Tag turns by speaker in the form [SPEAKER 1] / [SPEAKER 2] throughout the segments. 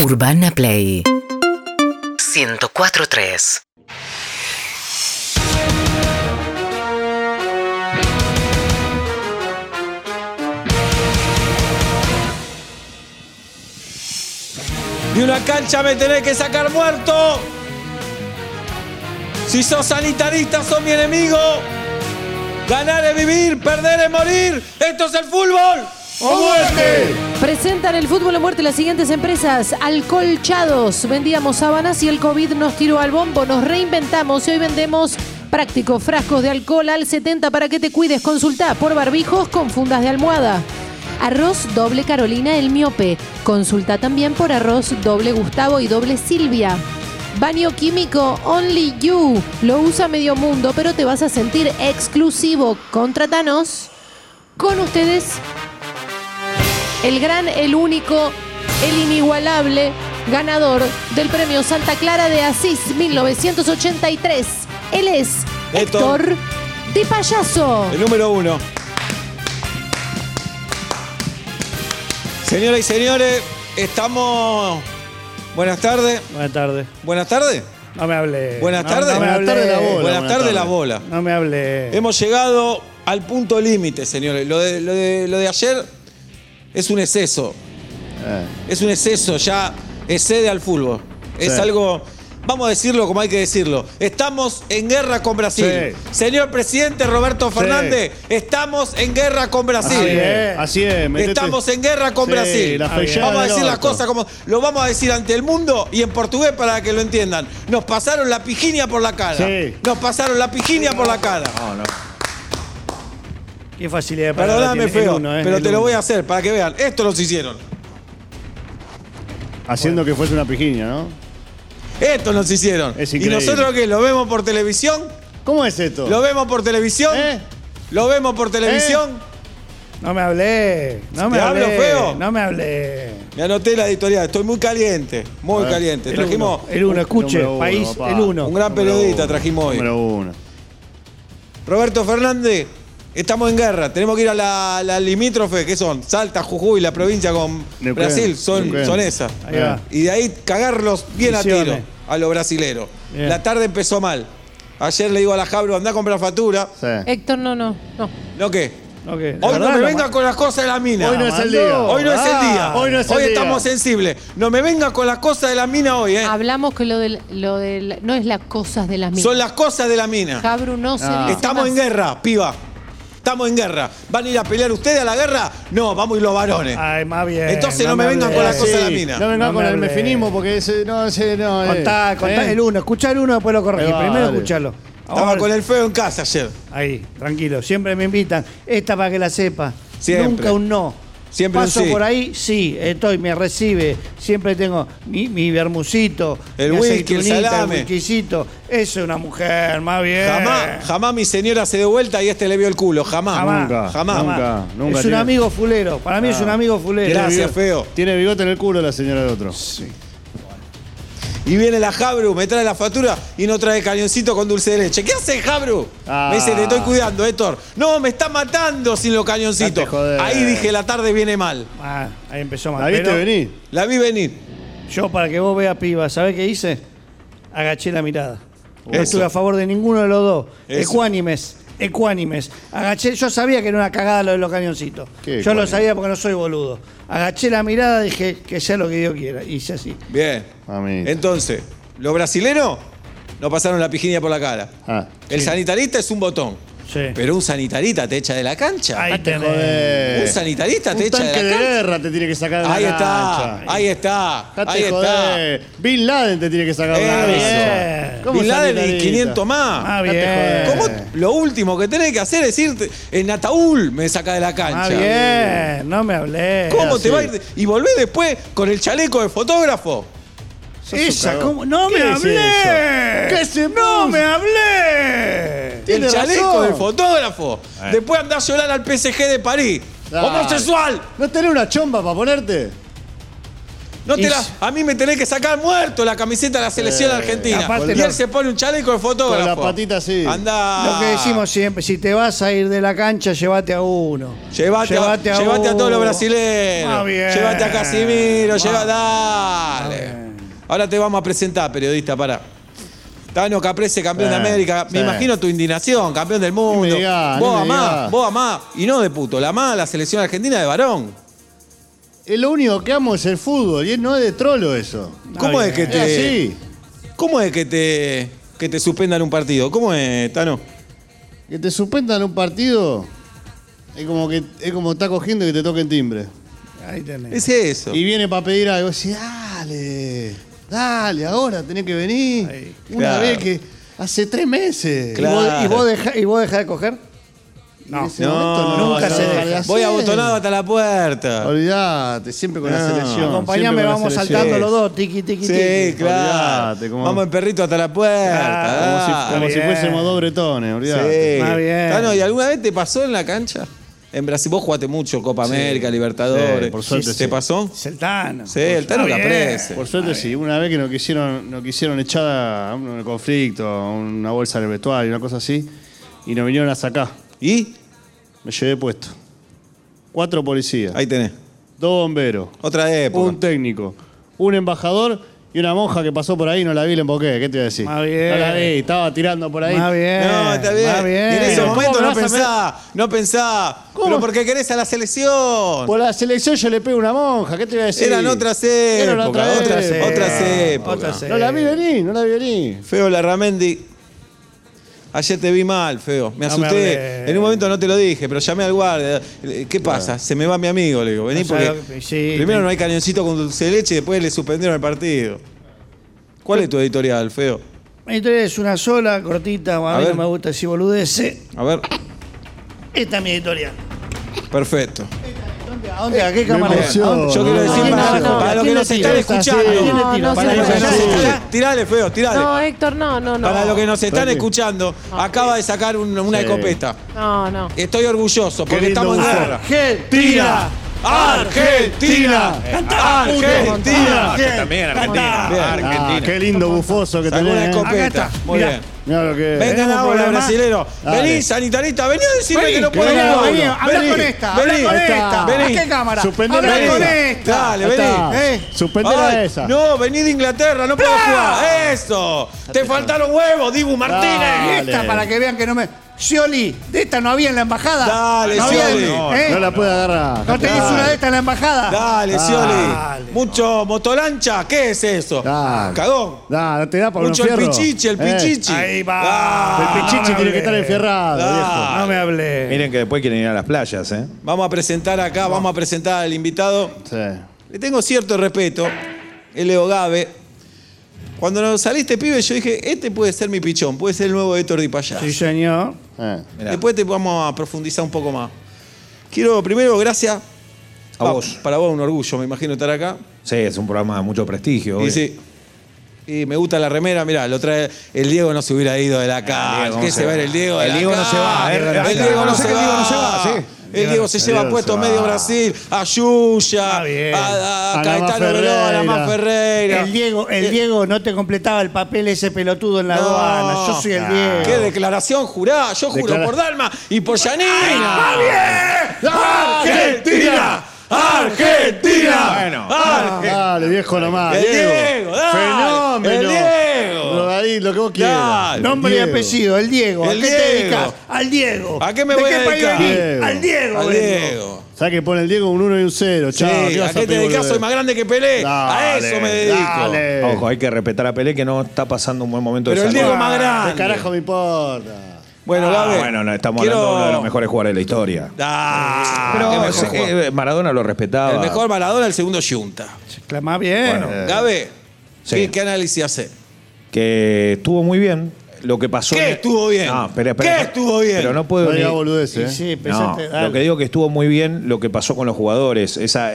[SPEAKER 1] Urbana Play 104.3
[SPEAKER 2] De una cancha me tenés que sacar muerto. Si sos sanitarista, sos mi enemigo. Ganar es vivir, perder es morir. Esto es el fútbol. ¡O muerte!
[SPEAKER 3] Presentan el fútbol a muerte las siguientes empresas. Alcolchados, vendíamos sábanas y el COVID nos tiró al bombo. Nos reinventamos y hoy vendemos prácticos frascos de alcohol al 70 para que te cuides. Consultá por barbijos con fundas de almohada. Arroz doble Carolina el miope. Consulta también por arroz doble Gustavo y doble Silvia. Baño químico Only You. Lo usa medio mundo, pero te vas a sentir exclusivo. Contratanos con ustedes el gran, el único, el inigualable ganador del premio Santa Clara de Asís 1983. Él es
[SPEAKER 2] Héctor.
[SPEAKER 3] Héctor de Payaso.
[SPEAKER 2] El número uno. Señoras y señores, estamos. Buenas tardes.
[SPEAKER 4] Buenas tardes.
[SPEAKER 2] Buenas tardes.
[SPEAKER 4] No me hable.
[SPEAKER 2] Buenas
[SPEAKER 4] no,
[SPEAKER 2] tardes.
[SPEAKER 4] No me hable.
[SPEAKER 2] Buenas tardes, la bola. Buenas tardes, la bola.
[SPEAKER 4] No me hable.
[SPEAKER 2] Hemos llegado al punto límite, señores. Lo de, lo de- lo de ayer es un exceso. Es un exceso, ya excede al fútbol. Es
[SPEAKER 5] Eh. Sí.
[SPEAKER 2] algo, vamos a decirlo como hay que decirlo. Estamos en guerra con Brasil.
[SPEAKER 5] Sí.
[SPEAKER 2] Señor presidente Roberto Fernández, estamos en guerra con Brasil.
[SPEAKER 5] Así es, así es. metete-
[SPEAKER 2] Estamos en guerra con
[SPEAKER 5] Sí,
[SPEAKER 2] Brasil.
[SPEAKER 5] la fechada
[SPEAKER 2] Vamos a
[SPEAKER 5] del
[SPEAKER 2] decir las
[SPEAKER 5] orto.
[SPEAKER 2] cosas como. Lo vamos a decir ante el mundo y en portugués para que lo entiendan. Nos pasaron la pijinia por la cara.
[SPEAKER 5] Sí. Ah.
[SPEAKER 2] Nos pasaron la pijinia por la cara.
[SPEAKER 4] Qué facilidad para
[SPEAKER 2] Perdóname, feo,
[SPEAKER 4] ¿eh?
[SPEAKER 5] ¿eh?
[SPEAKER 2] pero te lo voy a hacer para que vean. Esto los hicieron.
[SPEAKER 5] Haciendo que fuese una pijiña, ¿no?
[SPEAKER 2] Esto nos hicieron.
[SPEAKER 5] Es
[SPEAKER 2] y
[SPEAKER 5] increíble.
[SPEAKER 2] nosotros que lo vemos por televisión,
[SPEAKER 5] ¿Cómo es esto?
[SPEAKER 2] lo vemos por televisión,
[SPEAKER 5] ¿Eh?
[SPEAKER 2] lo vemos por televisión.
[SPEAKER 4] No me hablé. No me
[SPEAKER 2] ¿Te hablo
[SPEAKER 4] hablé.
[SPEAKER 2] feo?
[SPEAKER 4] No me hablé.
[SPEAKER 2] Me anoté la editorial, estoy muy caliente, muy
[SPEAKER 5] A ver,
[SPEAKER 2] caliente.
[SPEAKER 4] el
[SPEAKER 2] Trajimos
[SPEAKER 4] uno. El uno, escuche.
[SPEAKER 5] Número uno,
[SPEAKER 4] país,
[SPEAKER 5] papá.
[SPEAKER 4] el uno.
[SPEAKER 2] un gran
[SPEAKER 5] Número
[SPEAKER 2] periodista,
[SPEAKER 5] uno,
[SPEAKER 2] trajimos hoy.
[SPEAKER 5] Número uno.
[SPEAKER 2] Roberto Fernández, estamos en guerra. Tenemos que ir a la, la limítrofe, que son Salta, Jujuy, la provincia con
[SPEAKER 5] Neuquén,
[SPEAKER 2] Brasil, son,
[SPEAKER 5] Neuquén.
[SPEAKER 2] son esas.
[SPEAKER 4] Ahí va.
[SPEAKER 2] Y de ahí cagarlos bien a
[SPEAKER 4] Misiones.
[SPEAKER 2] tiro a los brasileros.
[SPEAKER 4] Bien.
[SPEAKER 2] La tarde empezó mal. Ayer le digo a la Jabro, andá a comprar factura.
[SPEAKER 5] Sí.
[SPEAKER 3] Héctor, no, no, no.
[SPEAKER 2] ¿No qué?
[SPEAKER 4] No, que- la
[SPEAKER 2] Hoy no
[SPEAKER 4] verdad,
[SPEAKER 2] me
[SPEAKER 4] lo
[SPEAKER 2] venga
[SPEAKER 4] ma-
[SPEAKER 2] con las cosas de la mina.
[SPEAKER 5] Hoy no es el
[SPEAKER 4] mandó.
[SPEAKER 5] día.
[SPEAKER 2] Hoy no es el día.
[SPEAKER 4] Ah,
[SPEAKER 2] Hoy,
[SPEAKER 5] hoy no es el día.
[SPEAKER 2] estamos sensibles. No me venga con las cosas de la mina hoy, ¿eh?
[SPEAKER 3] Hablamos que lo del, lo del- no es las cosas de las mismas.
[SPEAKER 2] Son las cosas de la mina.
[SPEAKER 3] Jabru no se
[SPEAKER 5] Ah.
[SPEAKER 3] dice
[SPEAKER 2] Estamos
[SPEAKER 3] más.
[SPEAKER 2] en guerra, piba. Estamos en guerra. ¿Van a ir a pelear ustedes a la guerra? No, vamos a ir los varones.
[SPEAKER 5] Ah,
[SPEAKER 4] Ay, más bien.
[SPEAKER 2] Entonces no me vengan
[SPEAKER 4] hablé.
[SPEAKER 2] con las cosas de la
[SPEAKER 5] Sí,
[SPEAKER 2] mina.
[SPEAKER 5] No venga
[SPEAKER 4] No
[SPEAKER 5] con
[SPEAKER 4] me
[SPEAKER 5] el
[SPEAKER 4] hable.
[SPEAKER 5] mefinismo porque ese no, ese no. eh.
[SPEAKER 4] Contá, contá
[SPEAKER 5] ¿Eh?
[SPEAKER 4] el uno. Escuchá el uno, después lo corregí.
[SPEAKER 5] Ahí va,
[SPEAKER 4] Primero
[SPEAKER 5] dale.
[SPEAKER 4] escucharlo.
[SPEAKER 2] Estaba con el feo en casa ayer.
[SPEAKER 4] Ahí, tranquilo. Siempre me invitan. Esta para que la sepa.
[SPEAKER 2] Siempre.
[SPEAKER 4] Nunca un no.
[SPEAKER 2] Siempre
[SPEAKER 4] Paso
[SPEAKER 2] un sí.
[SPEAKER 4] por ahí, sí, estoy, me recibe. Siempre tengo mi, mi bermucito,
[SPEAKER 2] El
[SPEAKER 4] mi
[SPEAKER 2] whisky, el
[SPEAKER 4] aceitunita,
[SPEAKER 2] salame.
[SPEAKER 4] whiskycito. Eso es una mujer, más bien.
[SPEAKER 5] Eh.
[SPEAKER 2] Jamás, jamás mi señora se dio vuelta y este le vio el culo. Jamás.
[SPEAKER 4] Jamás.
[SPEAKER 5] Nunca,
[SPEAKER 2] Jamás.
[SPEAKER 5] Nunca, nunca.
[SPEAKER 4] es un
[SPEAKER 5] tiene- Ah.
[SPEAKER 4] amigo fulero. Para mí es un amigo fulero.
[SPEAKER 2] Gracias, feo.
[SPEAKER 5] Tiene bigote en el culo la señora de otro.
[SPEAKER 2] Y viene la Jabru, me trae la factura y no trae cañoncito con dulce de leche. ¿Qué hace Jabru?
[SPEAKER 5] Ah.
[SPEAKER 2] Me dice, te estoy cuidando, Héctor. No, me está matando sin los cañoncitos.
[SPEAKER 5] Date joder.
[SPEAKER 2] Ahí dije, la tarde viene mal.
[SPEAKER 4] Ah, ahí empezó mal.
[SPEAKER 5] ¿La viste
[SPEAKER 4] Pero
[SPEAKER 5] venir?
[SPEAKER 2] La vi venir.
[SPEAKER 4] Yo, para que vos veas, piba, ¿sabés qué hice? Agaché la mirada. No
[SPEAKER 2] Eso.
[SPEAKER 4] estuve a favor de ninguno de los dos.
[SPEAKER 2] Eso.
[SPEAKER 4] Ecuánimes. Ecuánimes. Agaché, yo sabía que era una cagada lo de los cañoncitos.
[SPEAKER 5] ¿Qué
[SPEAKER 4] Yo lo
[SPEAKER 5] ecuánime?
[SPEAKER 4] sabía porque no soy boludo. Agaché la mirada, dije que sea lo que Dios quiera. Hice así.
[SPEAKER 2] Bien.
[SPEAKER 5] Mamita.
[SPEAKER 2] Entonces, los brasileros no pasaron la pijinia por la cara.
[SPEAKER 5] Ah.
[SPEAKER 2] El sanitarista es un botón.
[SPEAKER 4] Sí.
[SPEAKER 2] Pero un sanitarista te echa de la cancha.
[SPEAKER 4] Ahí tenés.
[SPEAKER 5] Joder.
[SPEAKER 2] Un sanitarista te
[SPEAKER 5] Un
[SPEAKER 2] echa de la
[SPEAKER 5] tanque de
[SPEAKER 2] cancha.
[SPEAKER 5] guerra te tiene que sacar de la
[SPEAKER 2] Ahí
[SPEAKER 5] cancha.
[SPEAKER 2] está, ahí está,
[SPEAKER 5] Dejate
[SPEAKER 2] ahí está.
[SPEAKER 5] joder. Bin Laden te tiene que sacar de la
[SPEAKER 2] Eso.
[SPEAKER 5] cancha. ¿Cómo
[SPEAKER 2] Bin Laden y
[SPEAKER 5] sanitarista?
[SPEAKER 2] 500 más.
[SPEAKER 4] Ah, bien.
[SPEAKER 5] Dejate joder.
[SPEAKER 2] ¿Cómo lo último que tenés que hacer es irte en ataúl me saca de la
[SPEAKER 4] Ah,
[SPEAKER 2] cancha?
[SPEAKER 4] bien. No me hablé.
[SPEAKER 2] ¿Cómo te
[SPEAKER 5] Sí.
[SPEAKER 2] va a ir? Y volvés después con el chaleco de fotógrafo.
[SPEAKER 5] Sos un
[SPEAKER 4] Esa,
[SPEAKER 5] cagón.
[SPEAKER 4] ¿cómo? ¡No
[SPEAKER 5] ¿Qué
[SPEAKER 4] me
[SPEAKER 5] es
[SPEAKER 4] hablé!
[SPEAKER 5] eso? ¿Qué se
[SPEAKER 4] ¡No
[SPEAKER 5] puso?
[SPEAKER 4] me hablé!
[SPEAKER 5] Tiene
[SPEAKER 2] el chaleco
[SPEAKER 5] razón. Eh.
[SPEAKER 2] del fotógrafo. Después andás a llorar al PSG de París.
[SPEAKER 5] Dale.
[SPEAKER 2] ¡Homosexual!
[SPEAKER 5] ¿No tenés una chomba para ponerte?
[SPEAKER 2] No te
[SPEAKER 4] Y-
[SPEAKER 2] la- a mí me tenés que sacar muerto la camiseta de la selección
[SPEAKER 5] Eh,
[SPEAKER 2] argentina.
[SPEAKER 4] aparte
[SPEAKER 2] y
[SPEAKER 4] no.
[SPEAKER 2] él se pone un chaleco de fotógrafo.
[SPEAKER 5] Con la patita así.
[SPEAKER 2] Anda.
[SPEAKER 4] Lo que decimos siempre, si te vas a ir de la cancha, llévate a uno.
[SPEAKER 2] Llévate, a, llévate a todos los
[SPEAKER 4] uno.
[SPEAKER 5] Ah,
[SPEAKER 2] brasileños.
[SPEAKER 4] Más bien. Ah,
[SPEAKER 2] Llévate a Casimiro,
[SPEAKER 4] Más-
[SPEAKER 2] lleva- dale.
[SPEAKER 5] Ah,
[SPEAKER 2] Ahora te vamos a presentar, periodista, pará. Tano Caprese, campeón
[SPEAKER 5] Sí,
[SPEAKER 2] de América. Me
[SPEAKER 5] sí.
[SPEAKER 2] imagino tu indinación, campeón del mundo.
[SPEAKER 5] Ni me diga,
[SPEAKER 2] vos
[SPEAKER 5] ni me
[SPEAKER 2] amás,
[SPEAKER 5] diga.
[SPEAKER 2] vos amás. Y no de puto, la amás a la selección argentina de varón.
[SPEAKER 5] Eh, Lo único que amo es el fútbol y no es de trolo eso.
[SPEAKER 2] ¿Cómo es que
[SPEAKER 5] Es
[SPEAKER 2] te.
[SPEAKER 5] así.
[SPEAKER 2] ¿Cómo es que te, que te suspendan un partido? ¿Cómo es, Tano?
[SPEAKER 5] Que te suspendan un partido es como que es como está cogiendo que te toquen timbre.
[SPEAKER 4] Ahí tenés.
[SPEAKER 2] Es eso.
[SPEAKER 5] Y viene para pedir algo. Y dale, dale, ahora tenés que venir.
[SPEAKER 4] Ahí.
[SPEAKER 5] Una
[SPEAKER 2] Claro.
[SPEAKER 5] vez que hace tres meses.
[SPEAKER 4] ¿Y vos,
[SPEAKER 2] Claro.
[SPEAKER 4] y vos deja- ¿Y vos dejás de coger? No.
[SPEAKER 5] En ese momento no
[SPEAKER 4] nunca
[SPEAKER 5] vas a
[SPEAKER 4] se
[SPEAKER 5] dejar de
[SPEAKER 4] deja.
[SPEAKER 5] hacer.
[SPEAKER 2] Voy abotonado hasta la puerta.
[SPEAKER 5] Olvídate, siempre con la
[SPEAKER 2] No.
[SPEAKER 5] selección.
[SPEAKER 4] Acompañame,
[SPEAKER 5] siempre con la
[SPEAKER 4] vamos
[SPEAKER 5] selección.
[SPEAKER 4] saltando los dos, tiqui, tiqui,
[SPEAKER 2] Sí,
[SPEAKER 4] tiqui.
[SPEAKER 2] claro.
[SPEAKER 5] olvidate, como-
[SPEAKER 2] Vamos en perrito hasta la puerta.
[SPEAKER 4] Claro,
[SPEAKER 5] Como si,
[SPEAKER 2] dale.
[SPEAKER 5] como si
[SPEAKER 4] bien.
[SPEAKER 5] fuésemos dos bretones, olvidate.
[SPEAKER 2] Ah, Sí.
[SPEAKER 4] Más bien.
[SPEAKER 2] Tano, ¿y alguna vez te pasó en la cancha? En Brasil, vos jugaste mucho, Copa América, Libertadores.
[SPEAKER 5] Sí, por suerte
[SPEAKER 2] ¿Te
[SPEAKER 5] sí.
[SPEAKER 2] pasó?
[SPEAKER 4] Es el Tano.
[SPEAKER 2] Sí, el Tano
[SPEAKER 4] Está bien.
[SPEAKER 2] Caprese.
[SPEAKER 5] Por suerte sí, una vez que nos quisieron, nos quisieron echar a un conflicto, a una bolsa en el vestuario, una cosa así, y nos vinieron a sacar.
[SPEAKER 2] ¿Y?
[SPEAKER 5] Me llevé puesto. Cuatro policías,
[SPEAKER 2] Ahí tenés.
[SPEAKER 5] dos bomberos,
[SPEAKER 2] Otra época.
[SPEAKER 5] un técnico, un embajador y una monja que pasó por ahí y no la vi, la emboqué. ¿Qué te iba a decir?
[SPEAKER 4] Más bien.
[SPEAKER 5] No la vi, estaba tirando por ahí.
[SPEAKER 4] Más bien.
[SPEAKER 2] No, está bien.
[SPEAKER 4] Más bien.
[SPEAKER 2] Y En ese
[SPEAKER 4] Pero
[SPEAKER 2] momento
[SPEAKER 4] ¿cómo
[SPEAKER 2] no
[SPEAKER 4] me vas a
[SPEAKER 2] pensá, no pensá. Pero porque querés a la selección.
[SPEAKER 5] Por la selección yo le pego una monja, ¿qué te iba a decir?
[SPEAKER 2] Eran otras
[SPEAKER 5] Eran
[SPEAKER 2] épocas,
[SPEAKER 5] otra
[SPEAKER 2] otras,
[SPEAKER 5] época.
[SPEAKER 2] otras épocas.
[SPEAKER 4] Otras
[SPEAKER 5] No la vi venir, no la vi venir.
[SPEAKER 2] Feo Larramendi. Ayer te vi mal, feo. Me
[SPEAKER 4] No me
[SPEAKER 2] asusté.
[SPEAKER 4] hablé.
[SPEAKER 2] en un momento no te lo dije, pero llamé al guardia. Eh, ¿Qué pasa? Se me va mi amigo, le digo. Vení
[SPEAKER 4] No sabe
[SPEAKER 2] porque.
[SPEAKER 4] lo que- sí,
[SPEAKER 2] primero
[SPEAKER 4] me-
[SPEAKER 2] no hay cañoncito con dulce de leche y después le suspendieron el partido. ¿Cuál es tu editorial, feo?
[SPEAKER 4] Mi historia es una sola, cortita, a,
[SPEAKER 2] A
[SPEAKER 4] mí
[SPEAKER 2] ver.
[SPEAKER 4] no me gusta decir boludece.
[SPEAKER 2] A ver.
[SPEAKER 4] Esta es mi editorial.
[SPEAKER 2] perfecto.
[SPEAKER 4] ¿A dónde? ¿A qué
[SPEAKER 5] Me
[SPEAKER 4] cámara?
[SPEAKER 5] emociono.
[SPEAKER 4] ¿A dónde?
[SPEAKER 2] Yo quiero decir
[SPEAKER 3] no,
[SPEAKER 2] para,
[SPEAKER 3] no,
[SPEAKER 2] para
[SPEAKER 3] ¿a
[SPEAKER 2] los que
[SPEAKER 4] quién
[SPEAKER 2] nos
[SPEAKER 4] le
[SPEAKER 2] están
[SPEAKER 4] tiro?
[SPEAKER 2] escuchando.
[SPEAKER 4] ¿Quién
[SPEAKER 3] No,
[SPEAKER 4] le tiro?
[SPEAKER 3] no
[SPEAKER 2] Para
[SPEAKER 3] se
[SPEAKER 2] los que nos
[SPEAKER 3] puede.
[SPEAKER 2] están- Tirale, feo, tirale.
[SPEAKER 3] No, Héctor, no, no, no.
[SPEAKER 2] Para los que nos están
[SPEAKER 5] Tranqui.
[SPEAKER 2] escuchando, acaba de sacar un- una
[SPEAKER 5] Sí.
[SPEAKER 2] escopeta.
[SPEAKER 3] No, no.
[SPEAKER 2] Estoy orgulloso porque
[SPEAKER 5] Qué lindo
[SPEAKER 2] estamos en
[SPEAKER 5] buzo.
[SPEAKER 2] guerra.
[SPEAKER 4] Argentina.
[SPEAKER 2] Argentina,
[SPEAKER 4] Ah,
[SPEAKER 2] Argentina.
[SPEAKER 1] Que también Argentina.
[SPEAKER 2] Bien.
[SPEAKER 5] Ah,
[SPEAKER 1] Argentina.
[SPEAKER 5] qué lindo bufoso que
[SPEAKER 2] Sacó una
[SPEAKER 5] tenés. ¿eh?
[SPEAKER 4] Acá
[SPEAKER 2] escopeta.
[SPEAKER 4] está,
[SPEAKER 2] Muy
[SPEAKER 4] mirá.
[SPEAKER 2] bien.
[SPEAKER 5] Mira lo que es.
[SPEAKER 2] Vengan
[SPEAKER 4] un
[SPEAKER 2] ahora,
[SPEAKER 4] programa.
[SPEAKER 2] brasilero.
[SPEAKER 5] Dale.
[SPEAKER 2] Vení, sanitarista, vení a decirme
[SPEAKER 4] Vení,
[SPEAKER 2] que no puedo
[SPEAKER 5] vení,
[SPEAKER 2] hablar.
[SPEAKER 5] vení,
[SPEAKER 4] habla
[SPEAKER 2] Vení,
[SPEAKER 4] con esta, habla
[SPEAKER 2] vení.
[SPEAKER 4] con
[SPEAKER 2] Ahí
[SPEAKER 4] esta.
[SPEAKER 2] Vení.
[SPEAKER 4] ¿A qué cámara?
[SPEAKER 5] Suspende
[SPEAKER 4] Habla
[SPEAKER 5] la
[SPEAKER 4] con
[SPEAKER 5] liga.
[SPEAKER 4] esta.
[SPEAKER 2] Dale,
[SPEAKER 5] Ya
[SPEAKER 2] vení.
[SPEAKER 5] está.
[SPEAKER 4] Eh.
[SPEAKER 5] Suspendela
[SPEAKER 2] Ay,
[SPEAKER 5] esa.
[SPEAKER 2] No, vení de Inglaterra, no puedo jugar. Eso. Te faltaron huevos, Dibu
[SPEAKER 4] Y
[SPEAKER 2] Martínez.
[SPEAKER 5] Dale.
[SPEAKER 4] esta para que vean que no me. Scioli, de esta no había en la embajada.
[SPEAKER 2] Dale,
[SPEAKER 4] no había en-
[SPEAKER 2] Scioli.
[SPEAKER 5] No,
[SPEAKER 4] ¿eh?
[SPEAKER 5] no la puede agarrar.
[SPEAKER 4] ¿No tenés
[SPEAKER 5] Dale.
[SPEAKER 4] una de esta en la embajada?
[SPEAKER 2] Dale,
[SPEAKER 4] Dale.
[SPEAKER 2] Scioli. Mucho motolancha, ¿qué es eso?
[SPEAKER 5] Dale.
[SPEAKER 2] Cagón.
[SPEAKER 5] Dale, te da para
[SPEAKER 2] Mucho
[SPEAKER 5] un
[SPEAKER 2] el
[SPEAKER 5] fierro.
[SPEAKER 2] pichichi, el
[SPEAKER 5] Eh,
[SPEAKER 2] pichichi.
[SPEAKER 4] Ahí va.
[SPEAKER 2] Ah,
[SPEAKER 5] El pichichi
[SPEAKER 4] no me
[SPEAKER 5] tiene que
[SPEAKER 4] hablé.
[SPEAKER 5] estar enfierrado,
[SPEAKER 2] Ah.
[SPEAKER 4] No me hablé.
[SPEAKER 1] Miren que después quieren ir a las playas, ¿eh?
[SPEAKER 2] Vamos a presentar acá, vamos a presentar al invitado.
[SPEAKER 5] viejo. Sí.
[SPEAKER 2] Le tengo cierto respeto, el Leo Gabe. Cuando nos saliste, pibe, yo dije, este puede ser mi pichón, puede ser el nuevo Héctor Di Payá.
[SPEAKER 4] Sí, señor.
[SPEAKER 5] Eh.
[SPEAKER 1] Mirá.
[SPEAKER 2] Después te vamos a profundizar un poco más. Quiero, primero, gracias
[SPEAKER 1] A
[SPEAKER 2] Va,
[SPEAKER 1] vos.
[SPEAKER 2] Para vos un orgullo, me imagino, estar acá.
[SPEAKER 1] Sí, es un programa de mucho prestigio. obvio.
[SPEAKER 2] Y sí. Y me gusta la remera, mirá, lo trae. El Diego no se hubiera ido de la
[SPEAKER 1] Ah, el
[SPEAKER 2] calle.
[SPEAKER 1] Diego
[SPEAKER 2] ¿Qué
[SPEAKER 1] no
[SPEAKER 2] se
[SPEAKER 1] se
[SPEAKER 2] va
[SPEAKER 1] va.
[SPEAKER 2] el Diego? de
[SPEAKER 1] El
[SPEAKER 2] la
[SPEAKER 1] Diego no se va,
[SPEAKER 2] calle?
[SPEAKER 1] eh,
[SPEAKER 2] El,
[SPEAKER 1] gracias.
[SPEAKER 2] Diego no
[SPEAKER 1] Yo sé
[SPEAKER 2] se
[SPEAKER 1] que el Diego no se
[SPEAKER 2] va.
[SPEAKER 1] va, sí.
[SPEAKER 2] El Diego se
[SPEAKER 5] el
[SPEAKER 2] lleva
[SPEAKER 5] Diego
[SPEAKER 2] puesto
[SPEAKER 5] se va.
[SPEAKER 2] medio Brasil, a Yuya,
[SPEAKER 4] Ah, bien.
[SPEAKER 2] a, a- a
[SPEAKER 5] A la más
[SPEAKER 2] Caetano Verón, a Más Ferreira.
[SPEAKER 4] El Diego, el
[SPEAKER 2] Eh,
[SPEAKER 4] Diego no te completaba el papel ese pelotudo en la
[SPEAKER 2] No.
[SPEAKER 4] aduana. Yo soy el Diego.
[SPEAKER 2] Qué declaración jurá. Yo juro
[SPEAKER 5] Declara-
[SPEAKER 2] por Dalma y por Yanina. ¡Argentina! ¡Argentina!
[SPEAKER 1] Bueno.
[SPEAKER 2] Arge-
[SPEAKER 5] Dale, viejo nomás.
[SPEAKER 2] El
[SPEAKER 5] Diego.
[SPEAKER 2] Diego, dale.
[SPEAKER 5] Fenómeno.
[SPEAKER 2] El Diego.
[SPEAKER 5] Lo, ahí, lo que vos
[SPEAKER 2] Dale.
[SPEAKER 5] quieras.
[SPEAKER 4] Nombre
[SPEAKER 5] Diego.
[SPEAKER 4] y apellido, el Diego.
[SPEAKER 2] El
[SPEAKER 4] ¿A qué te
[SPEAKER 2] Diego.
[SPEAKER 4] dedicas? Al Diego.
[SPEAKER 2] ¿A qué me
[SPEAKER 4] ¿De
[SPEAKER 2] voy
[SPEAKER 4] qué
[SPEAKER 2] a
[SPEAKER 4] país
[SPEAKER 2] dedicar?
[SPEAKER 4] venís?
[SPEAKER 5] Diego.
[SPEAKER 4] Al Diego.
[SPEAKER 2] Al
[SPEAKER 4] vengo.
[SPEAKER 2] Diego.
[SPEAKER 5] ¿Sabes que pone el Diego un 1 y un 0?
[SPEAKER 2] Sí,
[SPEAKER 5] Chao.
[SPEAKER 2] ¿a qué te dedicas? Soy más grande que Pelé. a eso me dedico.
[SPEAKER 5] Dale.
[SPEAKER 1] Ojo, hay que respetar a Pelé que no está pasando un buen momento
[SPEAKER 2] eh, Pero
[SPEAKER 1] de
[SPEAKER 2] el
[SPEAKER 1] salud.
[SPEAKER 2] Diego es más grande.
[SPEAKER 5] ¿Qué carajo me importa?
[SPEAKER 2] Bueno,
[SPEAKER 1] Ah,
[SPEAKER 2] Gabe,
[SPEAKER 1] bueno, no, estamos
[SPEAKER 2] quiero-
[SPEAKER 1] hablando de uno de los mejores jugadores de la historia.
[SPEAKER 2] Ah, qué
[SPEAKER 1] Pero
[SPEAKER 2] mejor
[SPEAKER 1] eh,
[SPEAKER 2] jugador.
[SPEAKER 1] eh, Maradona lo respetaba.
[SPEAKER 2] El mejor Maradona, el segundo Yunta.
[SPEAKER 4] Clamá bien.
[SPEAKER 1] Bueno. Eh.
[SPEAKER 2] Gabe,
[SPEAKER 1] Sí.
[SPEAKER 2] ¿qué, qué análisis hace?
[SPEAKER 1] Que estuvo muy bien. Lo que pasó.
[SPEAKER 2] ¿Qué estuvo bien?
[SPEAKER 1] No, espera, espera.
[SPEAKER 2] ¿Qué estuvo bien?
[SPEAKER 1] Pero no puedo.
[SPEAKER 5] No diga
[SPEAKER 1] ni-
[SPEAKER 5] boludeces,
[SPEAKER 4] Y
[SPEAKER 5] ¿eh?
[SPEAKER 4] sí,
[SPEAKER 1] No,
[SPEAKER 4] pensaste, dale.
[SPEAKER 1] lo que digo que estuvo muy bien lo que pasó con los jugadores, esa,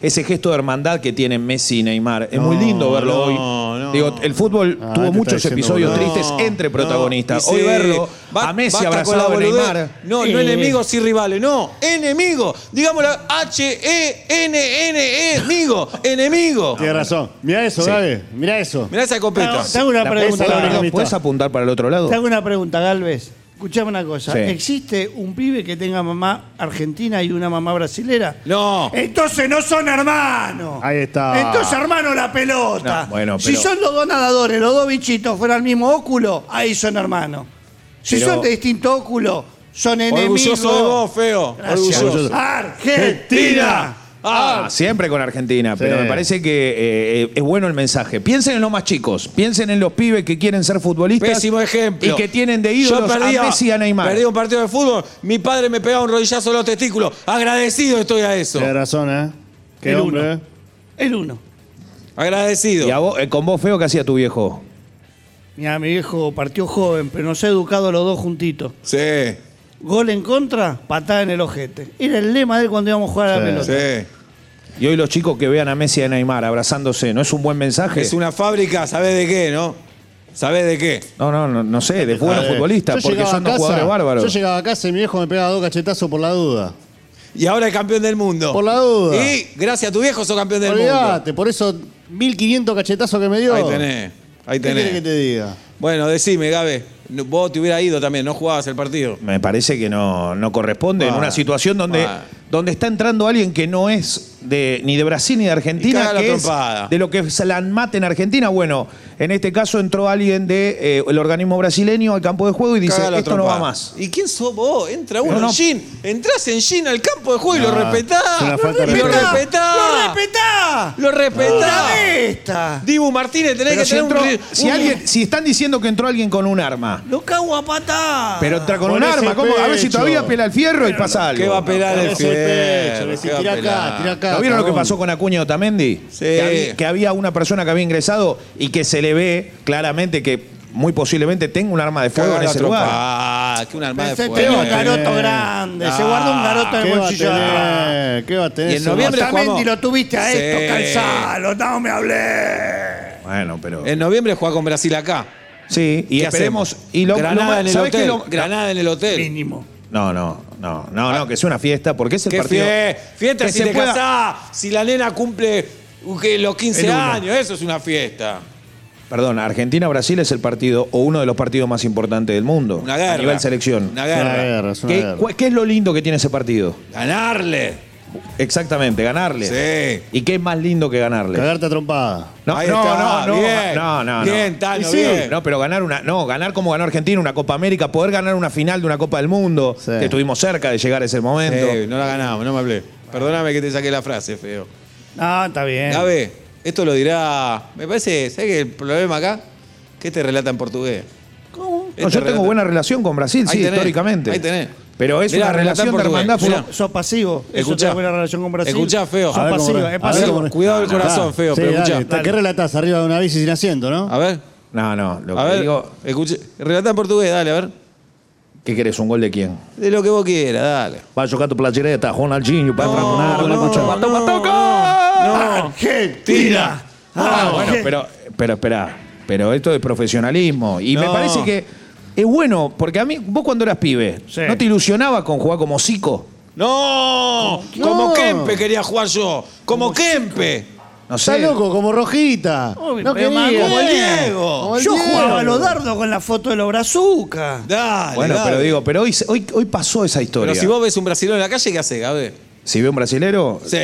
[SPEAKER 1] ese gesto de hermandad que tienen Messi y Neymar. Es muy lindo verlo
[SPEAKER 5] no,
[SPEAKER 1] hoy.
[SPEAKER 5] no.
[SPEAKER 1] Digo, el fútbol
[SPEAKER 5] Ah,
[SPEAKER 1] tuvo
[SPEAKER 5] este
[SPEAKER 1] muchos
[SPEAKER 5] está diciendo
[SPEAKER 1] episodios
[SPEAKER 5] boludo.
[SPEAKER 1] tristes entre protagonistas.
[SPEAKER 2] y
[SPEAKER 1] hoy
[SPEAKER 2] sí,
[SPEAKER 1] verlo
[SPEAKER 2] ba-
[SPEAKER 1] a Messi
[SPEAKER 2] basta con
[SPEAKER 1] abrazado
[SPEAKER 2] la
[SPEAKER 1] a
[SPEAKER 2] boludez.
[SPEAKER 1] Neymar.
[SPEAKER 2] No, no
[SPEAKER 4] Sí.
[SPEAKER 2] enemigos y rivales, no. Enemigo. Digámoslo E H-E-N-N-E, E, amigo. enemigo.
[SPEAKER 5] Tienes razón. Mirá eso,
[SPEAKER 1] Sí.
[SPEAKER 5] Gabe. Mirá eso.
[SPEAKER 2] Mirá esa
[SPEAKER 4] Te
[SPEAKER 2] copeta.
[SPEAKER 4] hago- te hago una
[SPEAKER 1] ¿La puedes
[SPEAKER 4] pregunta,
[SPEAKER 5] la única
[SPEAKER 1] apuntar-
[SPEAKER 4] Galvez.
[SPEAKER 5] amistad.
[SPEAKER 1] ¿Puedes apuntar para el otro lado?
[SPEAKER 4] Te hago una pregunta, Galvez. Escuchame una cosa.
[SPEAKER 1] Sí.
[SPEAKER 4] ¿Existe un pibe que tenga mamá argentina y una mamá brasilera?
[SPEAKER 2] No.
[SPEAKER 4] Entonces no son hermanos.
[SPEAKER 5] Ahí está.
[SPEAKER 4] Entonces hermano la pelota.
[SPEAKER 1] No, bueno,
[SPEAKER 4] Si
[SPEAKER 1] pero-
[SPEAKER 4] son los dos nadadores, los dos bichitos fueran el mismo óculo, ahí son hermanos. Si
[SPEAKER 1] Pero-
[SPEAKER 4] son de distinto óculo, son enemigos.
[SPEAKER 2] Orgulloso de vos, feo.
[SPEAKER 4] Gracias.
[SPEAKER 2] Orgulloso.
[SPEAKER 4] Argentina.
[SPEAKER 1] Ah, siempre con Argentina, pero
[SPEAKER 5] Sí.
[SPEAKER 1] me parece que eh, eh, es bueno el mensaje. Piensen en los más chicos, piensen en los pibes que quieren ser futbolistas.
[SPEAKER 2] Pésimo ejemplo.
[SPEAKER 1] Y que tienen de ídolos
[SPEAKER 2] Yo perdí
[SPEAKER 1] a Messi y a Neymar.
[SPEAKER 2] Perdí un partido de fútbol. Mi padre me pegaba un rodillazo en los testículos. Agradecido estoy a eso.
[SPEAKER 5] Tienes razón, ¿eh? Qué
[SPEAKER 4] El
[SPEAKER 5] hombre,
[SPEAKER 4] uno.
[SPEAKER 5] ¿eh?
[SPEAKER 4] El uno.
[SPEAKER 2] Agradecido.
[SPEAKER 1] Y a vos, eh, con vos feo que hacía tu viejo.
[SPEAKER 4] Mira, mi viejo partió joven, pero nos ha educado a los dos juntitos.
[SPEAKER 2] Sí,
[SPEAKER 4] Gol en contra, patada en el ojete. Era el lema de él cuando íbamos a jugar a la
[SPEAKER 5] Sí.
[SPEAKER 4] pelota.
[SPEAKER 2] sí.
[SPEAKER 1] Y hoy los chicos que vean a Messi y a Neymar abrazándose, ¿no es un buen mensaje?
[SPEAKER 2] Es una fábrica, ¿sabés de qué, no? ¿Sabés de qué?
[SPEAKER 1] No, no, no, no sé, de
[SPEAKER 5] A
[SPEAKER 1] buenos
[SPEAKER 5] ver,
[SPEAKER 1] futbolistas,
[SPEAKER 5] yo
[SPEAKER 1] porque
[SPEAKER 5] llegaba
[SPEAKER 1] son
[SPEAKER 5] a
[SPEAKER 1] dos
[SPEAKER 5] casa-
[SPEAKER 1] jugadores
[SPEAKER 5] Yo
[SPEAKER 1] bárbaros.
[SPEAKER 5] llegaba a casa y mi viejo me pegaba dos cachetazos por la duda.
[SPEAKER 2] Y ahora es campeón del mundo.
[SPEAKER 5] Por la duda.
[SPEAKER 2] Y gracias a tu viejo sos campeón del
[SPEAKER 5] Olvídate, por eso 1500 cachetazos que me dio.
[SPEAKER 2] mundo. Ahí tenés. Ahí
[SPEAKER 5] ¿Qué querés que
[SPEAKER 2] tenés.
[SPEAKER 5] te diga?
[SPEAKER 2] Bueno, decime, Gabe. no- Vos te hubieras ido también, no jugabas el partido.
[SPEAKER 1] Me parece que no, no corresponde en
[SPEAKER 5] Ah,
[SPEAKER 1] una situación donde,
[SPEAKER 2] ah.
[SPEAKER 1] donde está entrando alguien que no es de, ni de Brasil ni de
[SPEAKER 2] Y
[SPEAKER 1] Argentina,
[SPEAKER 2] caga la
[SPEAKER 1] que es
[SPEAKER 2] trompada.
[SPEAKER 1] de lo que es la mate en Argentina. Bueno, en este caso entró alguien del de, eh, el organismo brasileño al campo de juego y dice,
[SPEAKER 2] Cagá la
[SPEAKER 1] esto no va
[SPEAKER 2] trompada".
[SPEAKER 1] más.
[SPEAKER 2] ¿Y quién sos vos? Entra uno
[SPEAKER 1] Pero no.
[SPEAKER 2] en jean. Entrás en jean al campo de juego y lo
[SPEAKER 5] No,
[SPEAKER 2] respetás.
[SPEAKER 5] es una falta de
[SPEAKER 2] Y lo
[SPEAKER 5] respeto.
[SPEAKER 2] respetás.
[SPEAKER 4] ¡Lo respetá!
[SPEAKER 2] Lo respetás.
[SPEAKER 4] ¡Otra esta!
[SPEAKER 2] Dibu Martínez, tenés
[SPEAKER 1] Pero
[SPEAKER 2] que
[SPEAKER 1] si,
[SPEAKER 2] tener
[SPEAKER 1] entró-
[SPEAKER 2] un. Uh,
[SPEAKER 1] si
[SPEAKER 2] un-
[SPEAKER 1] alguien, si están diciendo que entró alguien con un arma,
[SPEAKER 4] ¡Lo cago a patada!
[SPEAKER 1] pero entra
[SPEAKER 2] Ah,
[SPEAKER 1] con un
[SPEAKER 5] Ponés
[SPEAKER 1] arma,
[SPEAKER 5] el
[SPEAKER 1] ¿cómo? a ver si
[SPEAKER 5] pecho.
[SPEAKER 1] todavía pela el fierro y pasa algo.
[SPEAKER 2] ¿Qué va a pelar el
[SPEAKER 5] Ese pecho,
[SPEAKER 2] fierro?
[SPEAKER 5] le decís,
[SPEAKER 2] ¿Qué va a
[SPEAKER 5] tirá acá,
[SPEAKER 2] pelar?
[SPEAKER 5] tirá acá.
[SPEAKER 1] ¿No vieron lo que
[SPEAKER 5] cabrón.
[SPEAKER 1] pasó con Acuña y Otamendi?
[SPEAKER 2] Sí.
[SPEAKER 1] Que había, que había una persona que había ingresado y que se le ve claramente que muy posiblemente tenga un arma de fuego
[SPEAKER 2] Cagá
[SPEAKER 1] en
[SPEAKER 2] la
[SPEAKER 1] ese
[SPEAKER 2] trompada.
[SPEAKER 1] lugar.
[SPEAKER 2] Ah, que un arma de
[SPEAKER 4] Pensé que
[SPEAKER 2] fuego.
[SPEAKER 4] tenía un
[SPEAKER 5] Peor,
[SPEAKER 4] garoto
[SPEAKER 5] eh.
[SPEAKER 4] grande. Se guardó un garoto en
[SPEAKER 5] ¿Qué
[SPEAKER 4] el
[SPEAKER 5] va a
[SPEAKER 4] bolsillo.
[SPEAKER 5] tener? ¿Qué va a tener?
[SPEAKER 2] Y en
[SPEAKER 5] ese
[SPEAKER 2] noviembre
[SPEAKER 5] bastante?
[SPEAKER 4] Exactamente,
[SPEAKER 2] jugamos.
[SPEAKER 4] y lo tuviste a
[SPEAKER 2] Sí.
[SPEAKER 4] esto, calzalo. No me hablé.
[SPEAKER 1] Bueno, pero.
[SPEAKER 2] En noviembre juega con Brasil acá.
[SPEAKER 1] Sí, y
[SPEAKER 2] ¿Qué
[SPEAKER 1] esperemos.
[SPEAKER 2] hacemos?
[SPEAKER 1] Y lo,
[SPEAKER 2] Granada,
[SPEAKER 1] lo más-
[SPEAKER 2] en el
[SPEAKER 1] ¿sabés qué
[SPEAKER 2] hotel,
[SPEAKER 1] lo-
[SPEAKER 2] Granada en el hotel.
[SPEAKER 4] Mínimo.
[SPEAKER 1] no, no, no, no, no, que sea una fiesta, porque es el
[SPEAKER 2] Qué
[SPEAKER 1] partido.
[SPEAKER 2] fie- fiesta
[SPEAKER 1] que
[SPEAKER 2] si
[SPEAKER 1] se
[SPEAKER 2] te
[SPEAKER 1] pueda-
[SPEAKER 2] casás, si la nena cumple uh, que los 15
[SPEAKER 1] El uno.
[SPEAKER 2] años, eso es una fiesta.
[SPEAKER 1] Perdón, Argentina-Brasil es el partido o uno de los partidos más importantes del mundo.
[SPEAKER 2] Una guerra.
[SPEAKER 1] A nivel selección.
[SPEAKER 2] Una
[SPEAKER 5] Es
[SPEAKER 2] guerra.
[SPEAKER 5] una guerra, es una
[SPEAKER 1] ¿Qué,
[SPEAKER 5] guerra.
[SPEAKER 1] cu- ¿Qué es lo lindo que tiene ese partido?
[SPEAKER 2] Ganarle.
[SPEAKER 1] Exactamente, ganarle.
[SPEAKER 2] Sí.
[SPEAKER 1] ¿Y qué es más lindo que ganarle?
[SPEAKER 5] Cagarte a trompada.
[SPEAKER 1] No,
[SPEAKER 2] Ahí
[SPEAKER 1] no,
[SPEAKER 2] está,
[SPEAKER 1] no, no,
[SPEAKER 2] bien.
[SPEAKER 1] no, no, no.
[SPEAKER 2] Bien, Tano,
[SPEAKER 1] Y sí,
[SPEAKER 2] bien.
[SPEAKER 1] No, pero ganar una, no, ganar como ganó Argentina, una Copa América, poder ganar una final de una Copa del Mundo,
[SPEAKER 5] Sí.
[SPEAKER 1] que estuvimos cerca de llegar a ese momento.
[SPEAKER 2] Eh, no la ganamos, no me hablé. Perdóname que te saqué la frase, feo.
[SPEAKER 4] No, está bien.
[SPEAKER 2] Gabe, esto lo dirá. Me parece, ¿sabes que el problema acá? Que te relata en portugués.
[SPEAKER 4] ¿Cómo?
[SPEAKER 1] No, yo tengo buena relación con Brasil,
[SPEAKER 2] Ahí
[SPEAKER 1] sí,
[SPEAKER 2] tenés,
[SPEAKER 1] históricamente.
[SPEAKER 2] ahí tenés.
[SPEAKER 1] Pero es
[SPEAKER 2] Mirá,
[SPEAKER 1] una
[SPEAKER 2] relatá en
[SPEAKER 1] relación de
[SPEAKER 2] portugués.
[SPEAKER 1] hermandad.
[SPEAKER 2] Mirá.
[SPEAKER 1] fue-
[SPEAKER 4] Sos pasivo. Eso
[SPEAKER 2] Escuchá.
[SPEAKER 4] te buena relación con Brasil.
[SPEAKER 2] Escuchá, feo.
[SPEAKER 4] Sos
[SPEAKER 2] A ver
[SPEAKER 5] cómo
[SPEAKER 4] pasivo,
[SPEAKER 5] re-
[SPEAKER 4] es
[SPEAKER 5] a ver
[SPEAKER 4] pasivo.
[SPEAKER 5] cómo re-
[SPEAKER 2] Cuidado el corazón,
[SPEAKER 5] Ah,
[SPEAKER 2] feo,
[SPEAKER 5] sí,
[SPEAKER 2] pero
[SPEAKER 5] dale,
[SPEAKER 2] escuchá.
[SPEAKER 5] ¿Qué relatás arriba de una bici sin asiento, no?
[SPEAKER 2] A ver,
[SPEAKER 1] No, no, lo
[SPEAKER 2] a
[SPEAKER 1] que
[SPEAKER 2] ver.
[SPEAKER 1] digo,
[SPEAKER 2] escuché- Relatá en portugués, dale, a ver.
[SPEAKER 1] ¿qué querés? ¿Un gol de quién?
[SPEAKER 2] De lo que vos quieras, dale.
[SPEAKER 1] Va jogando pela direita, Ronaldinho, para Ronaldo,
[SPEAKER 2] no,
[SPEAKER 1] Ronaldo,
[SPEAKER 2] no,
[SPEAKER 1] bateu,
[SPEAKER 2] no,
[SPEAKER 1] bateu, gol!
[SPEAKER 4] Argentina.
[SPEAKER 1] Ah, bueno,
[SPEAKER 4] Argentina.
[SPEAKER 1] pero, pero espera, pero esto es profesionalismo. Y me
[SPEAKER 2] No.
[SPEAKER 1] parece que es bueno, porque a mí, vos cuando eras pibe,
[SPEAKER 4] Sí.
[SPEAKER 1] ¿no te ilusionabas con jugar como Zico?
[SPEAKER 2] ¡No! Como Kempe quería jugar yo. Como Kempe.
[SPEAKER 1] No
[SPEAKER 5] Está
[SPEAKER 1] sé.
[SPEAKER 5] loco, como rojita.
[SPEAKER 4] Uy,
[SPEAKER 5] no
[SPEAKER 4] pero
[SPEAKER 5] quería.
[SPEAKER 4] más como el
[SPEAKER 2] Diego.
[SPEAKER 5] Como el
[SPEAKER 4] Yo
[SPEAKER 5] Diego.
[SPEAKER 4] jugaba a los dardos con la foto de los brazucas.
[SPEAKER 2] Dale.
[SPEAKER 1] Bueno,
[SPEAKER 2] dale.
[SPEAKER 1] pero digo, pero hoy, hoy, hoy pasó esa historia.
[SPEAKER 2] Pero si vos ves un brasileño en la calle, ¿qué haces, Gabe?
[SPEAKER 1] Si ve un brasilero,
[SPEAKER 2] Sí.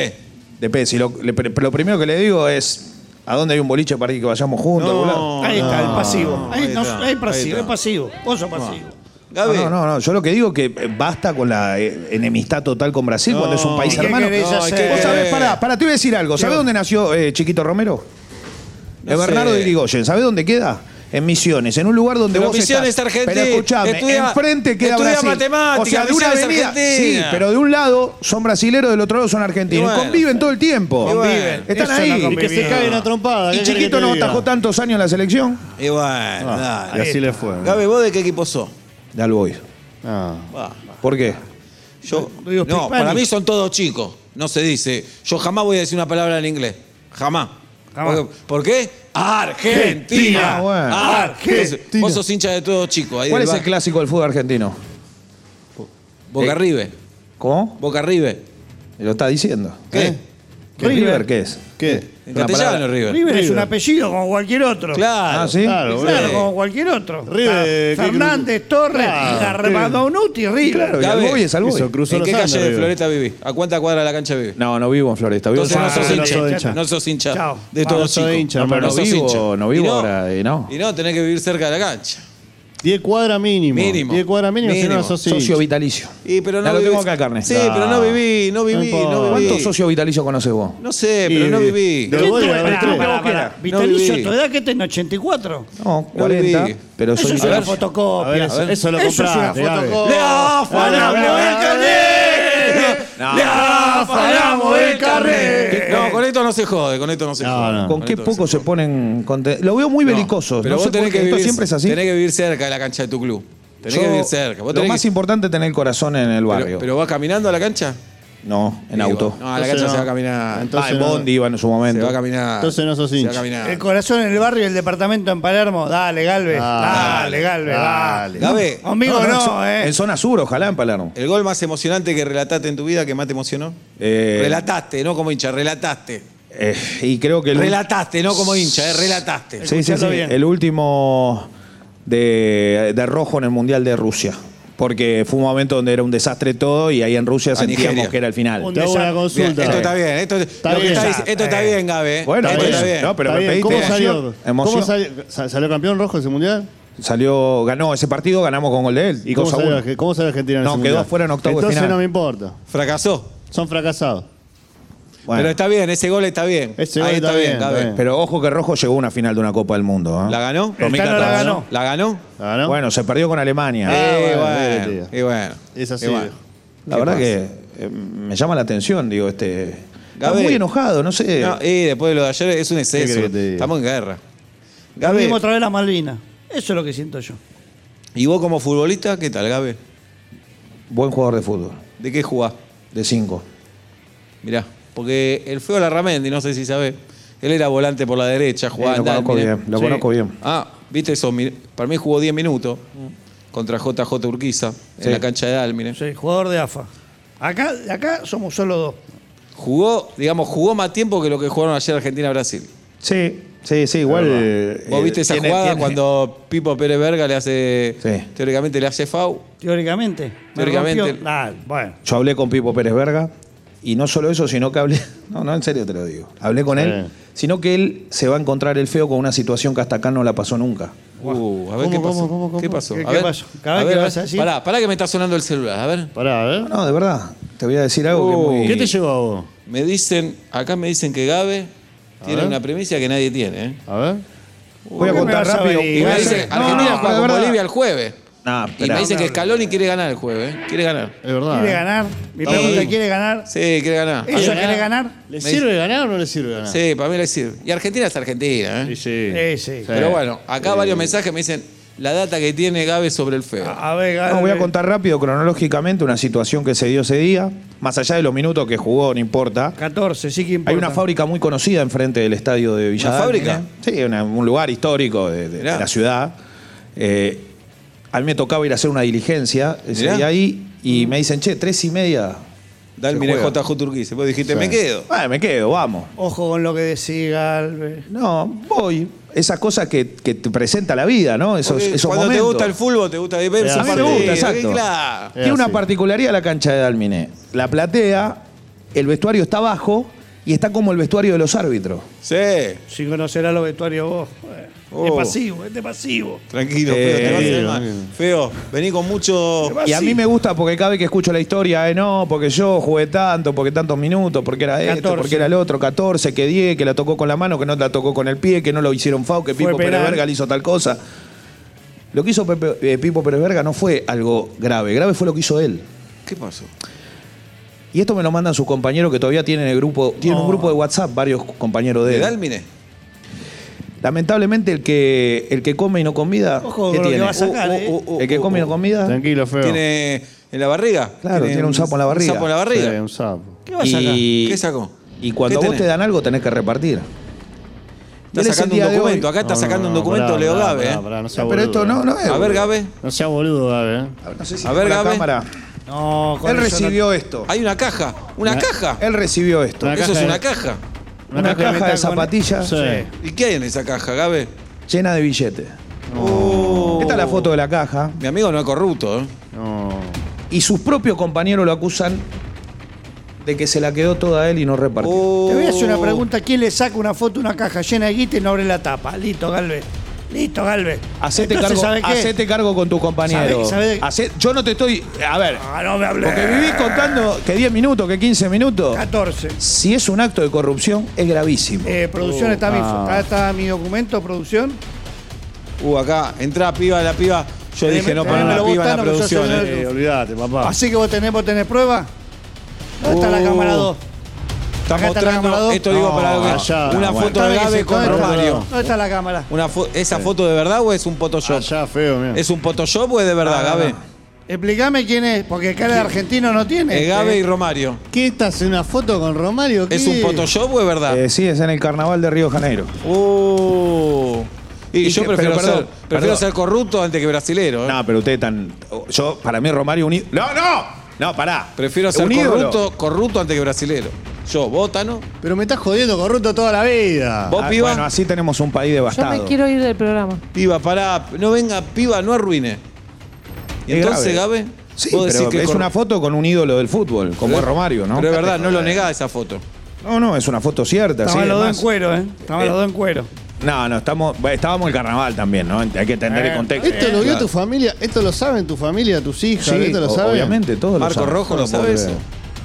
[SPEAKER 1] depende. Si lo, le- pero lo primero que le digo es, ¿a dónde hay un boliche para ir que vayamos juntos?
[SPEAKER 2] No.
[SPEAKER 1] boludo?
[SPEAKER 4] Ahí está, el pasivo. Ahí,
[SPEAKER 2] ahí
[SPEAKER 4] no,
[SPEAKER 2] está,
[SPEAKER 4] ahí pasivo,
[SPEAKER 2] ahí está.
[SPEAKER 4] es pasivo. Vos sos pasivo.
[SPEAKER 2] Gabe.
[SPEAKER 1] No, no, no. Yo lo que digo es que eh, basta con la eh, enemistad total con Brasil cuando es un país
[SPEAKER 4] ¿Y qué
[SPEAKER 1] hermano.
[SPEAKER 4] querés
[SPEAKER 2] No,
[SPEAKER 4] hacer?
[SPEAKER 2] ¿qué
[SPEAKER 1] Vos sabés, pará, pará, te voy a decir algo. ¿Sabés
[SPEAKER 4] Yo-
[SPEAKER 1] dónde nació eh, Chiquito Romero?
[SPEAKER 2] No
[SPEAKER 1] Eh, Bernardo
[SPEAKER 2] sé.
[SPEAKER 1] de Irigoyen. ¿Sabés dónde queda? En Misiones, en un lugar donde
[SPEAKER 2] Pero
[SPEAKER 1] vos
[SPEAKER 2] Misiones
[SPEAKER 1] estás.
[SPEAKER 2] Argentina.
[SPEAKER 1] Pero escuchame,
[SPEAKER 2] Estudia-
[SPEAKER 1] enfrente queda
[SPEAKER 2] estudia
[SPEAKER 1] Brasil.
[SPEAKER 2] matemáticas,
[SPEAKER 1] o sea, de una
[SPEAKER 2] Misiones
[SPEAKER 1] avenida, sí,
[SPEAKER 2] Argentina.
[SPEAKER 1] pero de un lado son brasileros, del otro lado son argentinos.
[SPEAKER 2] Y bueno.
[SPEAKER 1] conviven todo el tiempo.
[SPEAKER 2] Y bueno,
[SPEAKER 1] Están
[SPEAKER 4] eso no
[SPEAKER 1] ahí.
[SPEAKER 4] convive.
[SPEAKER 5] Que se
[SPEAKER 4] Bien.
[SPEAKER 5] caguen a trompada.
[SPEAKER 1] y
[SPEAKER 5] ¿qué querés que
[SPEAKER 1] Chiquito
[SPEAKER 5] te
[SPEAKER 1] no
[SPEAKER 5] diga?
[SPEAKER 1] atajó tantos años en la selección.
[SPEAKER 2] Y bueno,
[SPEAKER 5] Ah, y
[SPEAKER 2] dale.
[SPEAKER 5] así le fue.
[SPEAKER 2] Gabe, ¿vos de qué equipo sos?
[SPEAKER 1] Dal voy.
[SPEAKER 5] Ah.
[SPEAKER 2] Va.
[SPEAKER 1] ¿Por qué?
[SPEAKER 2] Yo,
[SPEAKER 4] No digo
[SPEAKER 2] no,
[SPEAKER 4] Pipani.
[SPEAKER 2] para mí son todos chicos. No se dice. Yo jamás voy a decir una palabra en inglés. Jamás.
[SPEAKER 4] Jamás.
[SPEAKER 2] Porque- ¿por qué? Argentina.
[SPEAKER 1] Ah, bueno.
[SPEAKER 2] Argentina.
[SPEAKER 5] Argentina.
[SPEAKER 2] Vos sos hincha de todos chicos. Ahí
[SPEAKER 1] ¿Cuál
[SPEAKER 2] del
[SPEAKER 1] es el
[SPEAKER 2] bar.
[SPEAKER 1] clásico del fútbol argentino?
[SPEAKER 2] Boca River.
[SPEAKER 1] ¿Cómo?
[SPEAKER 2] Boca River.
[SPEAKER 1] Lo está diciendo.
[SPEAKER 2] ¿Qué?
[SPEAKER 1] ¿Qué River qué es?
[SPEAKER 5] ¿Qué?
[SPEAKER 2] En
[SPEAKER 1] Una
[SPEAKER 2] castellano,
[SPEAKER 1] palabra-
[SPEAKER 2] River.
[SPEAKER 4] River es un apellido como cualquier otro.
[SPEAKER 2] Claro.
[SPEAKER 1] Ah, sí.
[SPEAKER 5] Claro, boludo.
[SPEAKER 4] Claro, como cualquier otro.
[SPEAKER 5] River,
[SPEAKER 4] Está
[SPEAKER 5] ¿qué
[SPEAKER 4] Fernández, Torres,
[SPEAKER 5] Claro,
[SPEAKER 4] Garbadonuti, River.
[SPEAKER 1] Claro, y
[SPEAKER 2] Ya
[SPEAKER 1] al
[SPEAKER 2] ves.
[SPEAKER 1] Boy es al Boy.
[SPEAKER 5] Eso, cruzó
[SPEAKER 2] ¿En
[SPEAKER 5] los
[SPEAKER 2] qué
[SPEAKER 5] Andes,
[SPEAKER 2] calle de
[SPEAKER 5] River.
[SPEAKER 2] Floresta vivís? ¿A cuánta cuadra de la cancha vivís?
[SPEAKER 1] No, no vivo en Floresta. Vivo
[SPEAKER 2] Entonces
[SPEAKER 1] en
[SPEAKER 2] no
[SPEAKER 1] San
[SPEAKER 2] sos
[SPEAKER 1] Juan.
[SPEAKER 5] no
[SPEAKER 2] hincha.
[SPEAKER 5] soy hincha.
[SPEAKER 2] No sos hincha.
[SPEAKER 4] Chao.
[SPEAKER 2] De
[SPEAKER 5] No,
[SPEAKER 2] todo
[SPEAKER 5] no soy
[SPEAKER 2] chico.
[SPEAKER 5] hincha,
[SPEAKER 1] No, pero no
[SPEAKER 2] sos
[SPEAKER 1] vivo-
[SPEAKER 2] hincha.
[SPEAKER 1] no vivo
[SPEAKER 2] Y
[SPEAKER 1] ahora, y no.
[SPEAKER 2] Y no, tenés que vivir cerca de la cancha.
[SPEAKER 5] 10 cuadras mínimo.
[SPEAKER 2] Mínimo.
[SPEAKER 5] 10 cuadras mínimo, si no,
[SPEAKER 2] Mínimo.
[SPEAKER 5] no sos
[SPEAKER 1] Socio
[SPEAKER 5] hincha.
[SPEAKER 1] vitalicio.
[SPEAKER 2] Y, pero no
[SPEAKER 1] Ya lo
[SPEAKER 2] vivís-
[SPEAKER 1] tengo acá, carne.
[SPEAKER 2] Sí, pero no viví, no viví, no,
[SPEAKER 5] importa.
[SPEAKER 2] viví.
[SPEAKER 1] ¿Cuántos socios vitalicios conoces vos?
[SPEAKER 2] No sé,
[SPEAKER 5] Y-
[SPEAKER 2] pero no viví.
[SPEAKER 5] de
[SPEAKER 4] ¿Quién
[SPEAKER 5] Goya,
[SPEAKER 4] tuvo-
[SPEAKER 5] de
[SPEAKER 4] pará,
[SPEAKER 5] Beltrán.
[SPEAKER 4] pará, pará.
[SPEAKER 2] No
[SPEAKER 4] Vitalicio,
[SPEAKER 2] viví.
[SPEAKER 4] ¿tu edad que tenés? 84.
[SPEAKER 1] No,
[SPEAKER 2] No
[SPEAKER 1] 40.
[SPEAKER 2] viví.
[SPEAKER 1] pero
[SPEAKER 4] Eso
[SPEAKER 1] soy
[SPEAKER 4] es una
[SPEAKER 1] vitalicio.
[SPEAKER 5] A ver,
[SPEAKER 4] fotocopia.
[SPEAKER 5] eso, eso lo
[SPEAKER 4] Eso es una
[SPEAKER 5] compraste. Gabe.
[SPEAKER 4] fotocopia.
[SPEAKER 2] ¡Le afanamos el carnet!
[SPEAKER 1] No.
[SPEAKER 2] ¡Le afanamos el
[SPEAKER 4] carnet!
[SPEAKER 2] carnet! No, con esto no se jode, con esto no se
[SPEAKER 5] No,
[SPEAKER 2] jode.
[SPEAKER 5] no.
[SPEAKER 1] ¿Con qué
[SPEAKER 2] esto no
[SPEAKER 1] poco se ponen conte- Lo veo muy belicoso.
[SPEAKER 2] Pero
[SPEAKER 1] no
[SPEAKER 2] vos
[SPEAKER 1] sé
[SPEAKER 2] tenés
[SPEAKER 1] por qué,
[SPEAKER 2] que
[SPEAKER 1] esto
[SPEAKER 2] vivir,
[SPEAKER 1] siempre es así.
[SPEAKER 2] Tenés que vivir cerca de la cancha de tu club. Tenés
[SPEAKER 1] Yo-
[SPEAKER 2] que vivir cerca. Vos
[SPEAKER 1] lo
[SPEAKER 2] tenés
[SPEAKER 1] más
[SPEAKER 2] que-
[SPEAKER 1] importante es tener el corazón en el barrio.
[SPEAKER 2] pero, pero vas caminando a la cancha?
[SPEAKER 1] no, en
[SPEAKER 2] Y
[SPEAKER 1] auto.
[SPEAKER 2] vos- No, a la
[SPEAKER 5] Entonces
[SPEAKER 2] cancha
[SPEAKER 5] no.
[SPEAKER 2] se va a caminar.
[SPEAKER 5] Entonces-
[SPEAKER 1] ah, en
[SPEAKER 5] no.
[SPEAKER 1] Bondi iban en su
[SPEAKER 2] se
[SPEAKER 1] momento.
[SPEAKER 2] va a caminar.
[SPEAKER 5] Entonces no sos
[SPEAKER 2] Se va a
[SPEAKER 5] hincha.
[SPEAKER 2] caminar.
[SPEAKER 4] El corazón en el barrio y el departamento en Palermo. Dale, Galvez.
[SPEAKER 5] Dale,
[SPEAKER 4] Dale, Galvez. Dale.
[SPEAKER 5] dale.
[SPEAKER 2] Gabe,
[SPEAKER 4] Conmigo
[SPEAKER 1] No,
[SPEAKER 4] no,
[SPEAKER 1] no, en zo-
[SPEAKER 4] eh.
[SPEAKER 1] En zona sur, ojalá en Palermo.
[SPEAKER 2] el gol más emocionante que relataste en tu vida, que más te emocionó.
[SPEAKER 1] Eh,
[SPEAKER 2] relataste, no como hincha, relataste.
[SPEAKER 1] Eh, y creo que el,
[SPEAKER 2] Relataste, no como hincha, eh, relataste.
[SPEAKER 1] Sí, sí, sí.
[SPEAKER 4] Escuchalo bien.
[SPEAKER 1] el último de, de rojo en el Mundial de Rusia. Porque fue un momento donde era un desastre todo y ahí en Rusia sentíamos
[SPEAKER 2] Nigeria.
[SPEAKER 1] que era el final.
[SPEAKER 4] Un
[SPEAKER 5] Te hago
[SPEAKER 4] Desastre.
[SPEAKER 5] una
[SPEAKER 2] Bien,
[SPEAKER 5] consulta.
[SPEAKER 2] esto está bien, esto, lo que
[SPEAKER 5] bien.
[SPEAKER 2] está dic- esto está
[SPEAKER 4] Eh.
[SPEAKER 2] bien, Gabe. eh.
[SPEAKER 1] Bueno,
[SPEAKER 2] esto
[SPEAKER 1] está
[SPEAKER 2] está
[SPEAKER 1] bien.
[SPEAKER 2] bien.
[SPEAKER 1] No, pero
[SPEAKER 5] Está
[SPEAKER 1] me
[SPEAKER 5] bien.
[SPEAKER 1] pediste
[SPEAKER 5] ¿Cómo salió?
[SPEAKER 1] emoción. Emoción.
[SPEAKER 5] ¿Cómo salió? Sa- ¿Salió campeón rojo ese mundial?
[SPEAKER 1] Salió, ganó ese partido, ganamos con gol de él.
[SPEAKER 5] ¿Y cómo
[SPEAKER 1] 2 a
[SPEAKER 5] salió,
[SPEAKER 1] 1.
[SPEAKER 5] Arge- cómo salió Argentina en
[SPEAKER 1] No,
[SPEAKER 5] ese
[SPEAKER 1] quedó
[SPEAKER 5] mundial?
[SPEAKER 1] afuera en octavos de
[SPEAKER 5] Entonces
[SPEAKER 1] final.
[SPEAKER 5] no me importa.
[SPEAKER 2] Fracasó.
[SPEAKER 5] Son fracasados.
[SPEAKER 1] Bueno,
[SPEAKER 2] Pero está bien, ese gol está bien.
[SPEAKER 5] Ese gol
[SPEAKER 2] Ahí
[SPEAKER 5] está
[SPEAKER 2] está bien,
[SPEAKER 5] bien,
[SPEAKER 2] Gabe.
[SPEAKER 5] está bien.
[SPEAKER 1] pero ojo que Rojo llegó a una final de una Copa del Mundo. ¿eh?
[SPEAKER 2] ¿La ganó?
[SPEAKER 4] El Tano la ganó.
[SPEAKER 2] ¿La ganó?
[SPEAKER 5] ¿La ganó?
[SPEAKER 1] Bueno, se perdió con Alemania.
[SPEAKER 5] Ah,
[SPEAKER 2] Eh,
[SPEAKER 5] bueno,
[SPEAKER 2] bueno,
[SPEAKER 5] bien, tío.
[SPEAKER 2] y bueno.
[SPEAKER 5] Es así,
[SPEAKER 2] y bueno.
[SPEAKER 5] viejo.
[SPEAKER 1] la verdad que eh, me llama la atención, digo, este. Está
[SPEAKER 2] Gabe.
[SPEAKER 1] muy enojado, no sé.
[SPEAKER 2] No, eh- y después de lo de ayer es un exceso.
[SPEAKER 5] querés que te diga?
[SPEAKER 2] Estamos en guerra.
[SPEAKER 4] Lo mismo
[SPEAKER 2] Gabe,
[SPEAKER 4] otra vez las Malvinas. Eso es lo que siento yo.
[SPEAKER 2] ¿y vos como futbolista qué tal, Gabe?
[SPEAKER 1] Buen jugador de fútbol,
[SPEAKER 2] ¿De qué jugás?
[SPEAKER 1] de 5.
[SPEAKER 2] Mirá, porque el feo Larramendi, no sé si sabés, él era volante por la derecha, jugaba
[SPEAKER 1] Sí, lo
[SPEAKER 2] en Dalmi,
[SPEAKER 1] conozco
[SPEAKER 2] ¿eh?
[SPEAKER 1] bien, lo conozco bien.
[SPEAKER 2] Ah, viste eso, mi- para mí jugó 10 minutos contra JJ Urquiza en la cancha de Dalmine.
[SPEAKER 4] Soy jugador de AFA. Acá, acá somos solo dos.
[SPEAKER 2] Jugó, digamos, jugó más tiempo que lo que jugaron ayer Argentina-Brasil.
[SPEAKER 1] Sí, sí, sí, igual. eh,
[SPEAKER 2] Vos viste esa
[SPEAKER 1] tiene-
[SPEAKER 2] jugada
[SPEAKER 1] tiene-
[SPEAKER 2] cuando Pipo Pérez Verga le hace,
[SPEAKER 1] Sí.
[SPEAKER 2] teóricamente le hace FAU.
[SPEAKER 4] Teóricamente. Me
[SPEAKER 2] Teóricamente.
[SPEAKER 4] rompió. Dale, bueno.
[SPEAKER 1] Yo hablé con Pipo Pérez Verga y no solo eso, sino que hablé. No, no, en serio te lo digo. Hablé con él,
[SPEAKER 5] Sí.
[SPEAKER 1] sino que él se va a encontrar el feo con una situación que hasta acá no la pasó nunca.
[SPEAKER 2] Uh, a ver
[SPEAKER 5] ¿Cómo,
[SPEAKER 2] qué
[SPEAKER 5] cómo,
[SPEAKER 2] pasó.
[SPEAKER 5] cómo, cómo?
[SPEAKER 2] ¿Qué pasó?
[SPEAKER 4] ¿Qué-
[SPEAKER 2] A
[SPEAKER 4] qué
[SPEAKER 2] ver,
[SPEAKER 4] pasó? Cada vez que
[SPEAKER 2] a ver,
[SPEAKER 4] vas así-
[SPEAKER 2] Pará, pará que me está sonando el celular. A ver.
[SPEAKER 5] Pará, a ver.
[SPEAKER 1] No, de verdad. Te voy a decir algo que
[SPEAKER 2] Oh.
[SPEAKER 1] muy.
[SPEAKER 5] ¿Qué te llegó a vos?
[SPEAKER 2] Me dicen, acá me dicen que Gabe tiene
[SPEAKER 5] ver.
[SPEAKER 2] una premisa que nadie tiene. ¿eh?
[SPEAKER 5] A ver.
[SPEAKER 1] Voy a
[SPEAKER 4] ¿Qué me
[SPEAKER 1] contar
[SPEAKER 4] vas a
[SPEAKER 1] rápido.
[SPEAKER 4] venir?
[SPEAKER 2] Y me
[SPEAKER 4] Igual-
[SPEAKER 2] dicen,
[SPEAKER 1] No,
[SPEAKER 2] Argentina
[SPEAKER 1] no,
[SPEAKER 2] juega
[SPEAKER 1] de
[SPEAKER 2] con
[SPEAKER 1] verdad.
[SPEAKER 2] Bolivia el jueves.
[SPEAKER 1] No,
[SPEAKER 2] y
[SPEAKER 1] espera.
[SPEAKER 2] me dicen que Scaloni quiere ganar el jueves. ¿eh? Quiere ganar.
[SPEAKER 5] Es
[SPEAKER 1] Ah.
[SPEAKER 5] verdad.
[SPEAKER 4] ¿Quiere
[SPEAKER 5] ¿eh?
[SPEAKER 4] ganar? Mi
[SPEAKER 2] No,
[SPEAKER 4] pregunta,
[SPEAKER 2] sí.
[SPEAKER 4] ¿quiere ganar?
[SPEAKER 2] Sí, quiere ganar.
[SPEAKER 4] ¿Ella
[SPEAKER 2] Ah,
[SPEAKER 4] quiere ganar?
[SPEAKER 5] ¿Le sirve ganar o no le sirve ganar?
[SPEAKER 2] Sí, para mí le sirve. Y Argentina es Argentina. ¿eh?
[SPEAKER 5] Sí, sí.
[SPEAKER 4] Sí, sí.
[SPEAKER 2] Pero bueno, acá varios mensajes me dicen la data que tiene Gabe sobre el feo.
[SPEAKER 4] A ver,
[SPEAKER 1] No,
[SPEAKER 4] Gabriel.
[SPEAKER 1] voy a contar rápido, cronológicamente, una situación que se dio ese día. Más allá de los minutos que jugó, no importa.
[SPEAKER 4] 14, sí que importa.
[SPEAKER 1] Hay una fábrica muy conocida enfrente del estadio de Villa
[SPEAKER 2] ¿Una
[SPEAKER 1] Dálmine.
[SPEAKER 2] fábrica?
[SPEAKER 1] Sí, una- un lugar histórico de, de- de
[SPEAKER 2] Mirá.
[SPEAKER 1] la ciudad. Eh, a mí me tocaba ir a hacer una diligencia ese
[SPEAKER 2] Mirá.
[SPEAKER 1] día ahí y me dicen, che, tres y media.
[SPEAKER 2] Dalmine
[SPEAKER 1] se juega.
[SPEAKER 2] JJ Turquiza. Vos dijiste, me quedo.
[SPEAKER 1] Ah, me quedo, vamos.
[SPEAKER 4] Ojo con lo que decís, Galvez.
[SPEAKER 1] No, voy. Esas cosas que, que te presenta la vida, ¿no? Esos,
[SPEAKER 2] Porque
[SPEAKER 1] esos
[SPEAKER 2] cuando
[SPEAKER 1] momentos.
[SPEAKER 2] te gusta el fútbol, te gusta ver
[SPEAKER 5] A
[SPEAKER 2] su
[SPEAKER 1] A mí me
[SPEAKER 5] partido,
[SPEAKER 1] gusta,
[SPEAKER 2] qué
[SPEAKER 1] exacto.
[SPEAKER 2] claro.
[SPEAKER 1] Tiene una
[SPEAKER 5] así.
[SPEAKER 1] particularidad la cancha de Dalminé. La platea, el vestuario está abajo y está como el vestuario de los árbitros.
[SPEAKER 2] Sí,
[SPEAKER 4] Si conocerás los vestuarios vos. eh.
[SPEAKER 2] Oh.
[SPEAKER 4] Es pasivo, es de pasivo.
[SPEAKER 2] tranquilo,
[SPEAKER 1] Eh,
[SPEAKER 2] feo, te vas a hacer mal.
[SPEAKER 5] tranquilo.
[SPEAKER 2] Feo, vení con mucho.
[SPEAKER 4] Te vas- Ah,
[SPEAKER 1] Y a
[SPEAKER 4] sí.
[SPEAKER 1] mí me gusta porque cada vez que escucho la historia, eh, no, porque yo jugué tanto, porque tantos minutos, porque era esto,
[SPEAKER 4] 14.
[SPEAKER 1] porque era el otro, 14, que 10, que la tocó con la mano, que no la tocó con el pie, que no lo hicieron FAU, que
[SPEAKER 4] Fue
[SPEAKER 1] Pipo
[SPEAKER 4] penal.
[SPEAKER 1] Pérez Verga le hizo tal cosa. Lo que hizo Pepe- eh, Pipo Pérez Verga no fue algo grave, grave fue lo que hizo él.
[SPEAKER 2] ¿Qué pasó?
[SPEAKER 1] Y esto me lo mandan sus compañeros que todavía tienen el grupo, tienen un grupo de WhatsApp, varios compañeros de
[SPEAKER 2] ¿De
[SPEAKER 1] él.
[SPEAKER 2] Dalmine?
[SPEAKER 1] Lamentablemente el que el que come y no comida,
[SPEAKER 4] Ojo con
[SPEAKER 1] ¿qué
[SPEAKER 4] lo que
[SPEAKER 1] tiene?
[SPEAKER 4] va a sacar,
[SPEAKER 1] Uh,
[SPEAKER 4] eh.
[SPEAKER 1] uh, uh, el que come y no comida
[SPEAKER 5] Tranquilo, feo.
[SPEAKER 2] ¿Tiene en la barriga?
[SPEAKER 1] Claro, tiene un sapo en la barriga.
[SPEAKER 2] Un sapo en la
[SPEAKER 5] Sí,
[SPEAKER 2] barriga.
[SPEAKER 5] un sapo.
[SPEAKER 4] ¿Qué vas a sacar?
[SPEAKER 1] y,
[SPEAKER 2] ¿Qué sacó?
[SPEAKER 1] y cuando
[SPEAKER 2] ¿Qué
[SPEAKER 1] vos
[SPEAKER 2] tenés?
[SPEAKER 1] te dan algo tenés que repartir.
[SPEAKER 2] Está sacando un documento. Acá está sacando un documento
[SPEAKER 5] pará,
[SPEAKER 2] Leo
[SPEAKER 5] pará,
[SPEAKER 2] Gabe.
[SPEAKER 5] pará,
[SPEAKER 2] eh.
[SPEAKER 5] pará, no seas
[SPEAKER 1] Ah, Pero esto
[SPEAKER 5] boludo.
[SPEAKER 1] no, no es.
[SPEAKER 2] A ver, Gabe.
[SPEAKER 5] No seas boludo, Gabe. ¿eh?
[SPEAKER 1] No sé si
[SPEAKER 2] A
[SPEAKER 1] tengo
[SPEAKER 2] ver,
[SPEAKER 1] la
[SPEAKER 2] Gabe.
[SPEAKER 1] cámara.
[SPEAKER 4] No, con
[SPEAKER 1] Él
[SPEAKER 4] eso no-
[SPEAKER 1] recibió esto.
[SPEAKER 2] Hay una caja. ¿Una caja?
[SPEAKER 1] Él recibió esto.
[SPEAKER 5] Una
[SPEAKER 2] Eso
[SPEAKER 5] caja
[SPEAKER 2] es
[SPEAKER 5] de-
[SPEAKER 2] una caja.
[SPEAKER 1] Una, caja,
[SPEAKER 5] meta
[SPEAKER 1] de
[SPEAKER 5] con-
[SPEAKER 1] zapatillas
[SPEAKER 5] Sí.
[SPEAKER 2] ¿Y qué hay en esa caja, Gabe?
[SPEAKER 1] llena de billetes. Esta es la foto de la caja.
[SPEAKER 2] Mi amigo no es corrupto, ¿eh?
[SPEAKER 5] No.
[SPEAKER 1] Y sus propios compañeros lo acusan de que se la quedó toda él y no repartió.
[SPEAKER 4] Te voy a
[SPEAKER 5] Uh.
[SPEAKER 2] Oh.
[SPEAKER 4] hacer una pregunta. ¿Quién le saca una foto, una caja llena de guita y no abre la tapa? Listo, Galvez. Listo, Galvez.
[SPEAKER 1] Hacete
[SPEAKER 4] Entonces,
[SPEAKER 1] cargo,
[SPEAKER 4] ¿sabe qué?
[SPEAKER 1] hacete cargo con tus compañeros.
[SPEAKER 4] ¿Sabe- sabe-
[SPEAKER 1] Hacé- yo no te estoy. A ver,
[SPEAKER 4] Ah, no me hablé.
[SPEAKER 1] porque vivís contando que 10 minutos, que 15 minutos.
[SPEAKER 4] 14.
[SPEAKER 1] Si es un acto de corrupción, es gravísimo.
[SPEAKER 4] Eh, producción,
[SPEAKER 5] Uh,
[SPEAKER 4] está, mi,
[SPEAKER 1] no.
[SPEAKER 5] ah.
[SPEAKER 4] está, está mi documento, producción.
[SPEAKER 2] Uh, acá, entrá piba, la piba. Yo
[SPEAKER 4] Teneme-
[SPEAKER 2] dije, no
[SPEAKER 4] teneme
[SPEAKER 2] ponen la
[SPEAKER 4] los
[SPEAKER 2] piba en la
[SPEAKER 4] botanos que yo
[SPEAKER 2] producción.
[SPEAKER 4] soy
[SPEAKER 2] ¿eh?
[SPEAKER 5] Eh, olvídate, papá.
[SPEAKER 4] Así que vos tenés, vos tenés prueba. ¿Dónde está la
[SPEAKER 2] Uh.
[SPEAKER 4] cámara 2?
[SPEAKER 2] Está
[SPEAKER 4] Acá está el
[SPEAKER 2] mostrando,
[SPEAKER 4] cámara
[SPEAKER 2] esto digo
[SPEAKER 5] dos.
[SPEAKER 2] para
[SPEAKER 5] No,
[SPEAKER 2] que-
[SPEAKER 5] allá.
[SPEAKER 2] una
[SPEAKER 5] Ah, bueno.
[SPEAKER 2] foto de Gabe con Romario.
[SPEAKER 4] ¿Dónde está la cámara?
[SPEAKER 2] Una fo- ¿Esa foto de verdad o es un Photoshop?
[SPEAKER 5] Allá, feo, mira.
[SPEAKER 2] ¿Es un Photoshop o es de
[SPEAKER 1] Ah,
[SPEAKER 2] verdad, Gabe?
[SPEAKER 1] este.
[SPEAKER 4] Explícame quién es, porque cara de argentino no tiene. Eh.
[SPEAKER 2] Es Gabe y Romario.
[SPEAKER 5] ¿Qué estás en una foto con Romario?
[SPEAKER 2] ¿Es un Photoshop o es verdad?
[SPEAKER 1] Eh, sí, es en el carnaval de Río de Janeiro.
[SPEAKER 2] Uh. Y
[SPEAKER 1] Y
[SPEAKER 2] yo
[SPEAKER 1] que-
[SPEAKER 2] prefiero,
[SPEAKER 1] pero perdón,
[SPEAKER 2] ser, prefiero
[SPEAKER 1] perdón.
[SPEAKER 2] ser corrupto antes que brasilero. ¿eh?
[SPEAKER 1] No, pero ustedes tan. Yo, para mí, Romario unido. ¡No, no! No, pará.
[SPEAKER 2] Prefiero ser
[SPEAKER 1] Un ídolo.
[SPEAKER 2] corrupto, corrupto antes que brasilero. Yo, bótano.
[SPEAKER 5] Pero me estás jodiendo corrupto toda la vida.
[SPEAKER 2] Vos,
[SPEAKER 1] Ah,
[SPEAKER 2] piba.
[SPEAKER 1] Bueno, así tenemos un país
[SPEAKER 3] Yo
[SPEAKER 1] devastado.
[SPEAKER 3] me quiero ir del programa.
[SPEAKER 2] Piba, pará. No venga, piba, no arruine. Y
[SPEAKER 1] Es
[SPEAKER 2] entonces,
[SPEAKER 1] grave.
[SPEAKER 2] Gabe,
[SPEAKER 1] Sí,
[SPEAKER 2] vos decís
[SPEAKER 1] pero
[SPEAKER 2] que
[SPEAKER 1] es
[SPEAKER 2] corru-
[SPEAKER 1] una foto con un ídolo del fútbol, como es Romario, ¿no? Eh.
[SPEAKER 2] Pero es verdad, no lo negás esa foto.
[SPEAKER 1] No, no, es una foto cierta. sí,
[SPEAKER 4] Estaban los dos
[SPEAKER 1] además-
[SPEAKER 4] en cuero, ¿eh? Estaban
[SPEAKER 1] Eh,
[SPEAKER 4] los dos en cuero.
[SPEAKER 1] No, no, estamos, bueno, estábamos en el carnaval también, ¿no? Hay que entender
[SPEAKER 4] Eh,
[SPEAKER 1] el contexto.
[SPEAKER 5] Esto lo vio
[SPEAKER 1] Claro.
[SPEAKER 5] tu familia, esto lo saben tu familia, tus hijas,
[SPEAKER 1] Sí,
[SPEAKER 5] esto lo
[SPEAKER 1] o-
[SPEAKER 5] saben.
[SPEAKER 1] obviamente, todos
[SPEAKER 2] Marco
[SPEAKER 1] lo saben.
[SPEAKER 2] Rojo lo
[SPEAKER 1] Todo
[SPEAKER 2] sabe
[SPEAKER 1] lo
[SPEAKER 2] eso.
[SPEAKER 1] veo.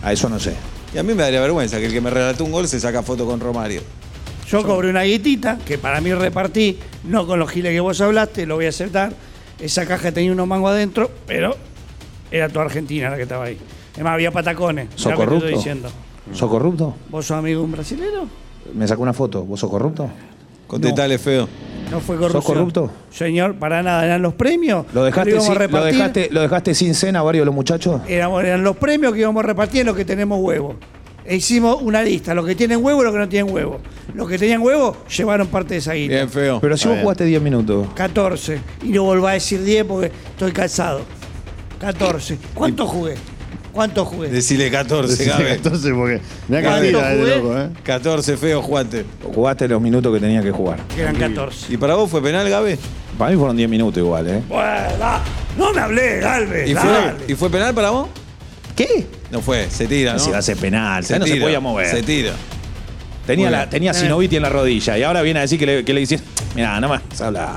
[SPEAKER 1] A eso no sé.
[SPEAKER 2] Y a mí me daría vergüenza que el que me relató un gol se saca foto con Romario.
[SPEAKER 4] Yo cobré una guitita, que para mí repartí, no con los giles que vos hablaste, lo voy a aceptar. Esa caja tenía unos mangos adentro, pero era toda Argentina la que estaba ahí. Además, había patacones.
[SPEAKER 1] ¿Sos
[SPEAKER 4] mirá lo que te
[SPEAKER 1] corrupto?
[SPEAKER 4] estoy diciendo.
[SPEAKER 1] ¿Sos corrupto?
[SPEAKER 4] ¿Vos sos amigo de un brasilero?
[SPEAKER 1] Me sacó una foto. ¿Vos sos corrupto?
[SPEAKER 2] Contestale feo.
[SPEAKER 4] No fue corrupción.
[SPEAKER 1] corrupto?
[SPEAKER 4] Señor, para nada, eran los premios.
[SPEAKER 1] ¿Lo dejaste,
[SPEAKER 4] íbamos a
[SPEAKER 1] sin, lo,
[SPEAKER 4] repartir,
[SPEAKER 1] dejaste, ¿Lo dejaste sin cena a varios de los muchachos?
[SPEAKER 4] éramos- eran los premios que íbamos a repartir en los que tenemos huevo. E hicimos una lista, los que tienen huevo y los que no tienen huevo. Los que tenían huevo llevaron parte de esa guita.
[SPEAKER 2] Bien feo.
[SPEAKER 1] Pero si vos jugaste 10 minutos.
[SPEAKER 4] 14. Y no volvá a decir 10 porque estoy cansado. 14. ¿Cuánto jugué? ¿Cuánto jugué?
[SPEAKER 2] Decile 14, Gabe.
[SPEAKER 5] Entonces, porque. Mirá
[SPEAKER 2] ¿Cuánto
[SPEAKER 5] que tira, es de
[SPEAKER 4] jugué?
[SPEAKER 5] loco, ¿eh?
[SPEAKER 2] 14, feo, Juante.
[SPEAKER 1] Jugaste los minutos que tenía que jugar.
[SPEAKER 4] Eran 14.
[SPEAKER 2] ¿Y para vos fue penal, Gabe?
[SPEAKER 1] Para mí fueron 10 minutos igual, ¿eh?
[SPEAKER 4] Bueno, da- no me hablé, Galvez.
[SPEAKER 2] ¿Y fue,
[SPEAKER 4] dale.
[SPEAKER 2] ¿Y fue penal para vos?
[SPEAKER 1] ¿Qué?
[SPEAKER 2] No fue, se tira, ¿no?
[SPEAKER 1] Si va a ser penal,
[SPEAKER 2] se
[SPEAKER 1] no
[SPEAKER 2] tira,
[SPEAKER 1] se podía mover.
[SPEAKER 2] Se tira.
[SPEAKER 1] tenía
[SPEAKER 2] Muy
[SPEAKER 1] la,
[SPEAKER 2] bien.
[SPEAKER 4] Eh.
[SPEAKER 1] tenía Sinoviti en la rodilla y ahora viene a decir que le, que le dices, mira, nada más, habla.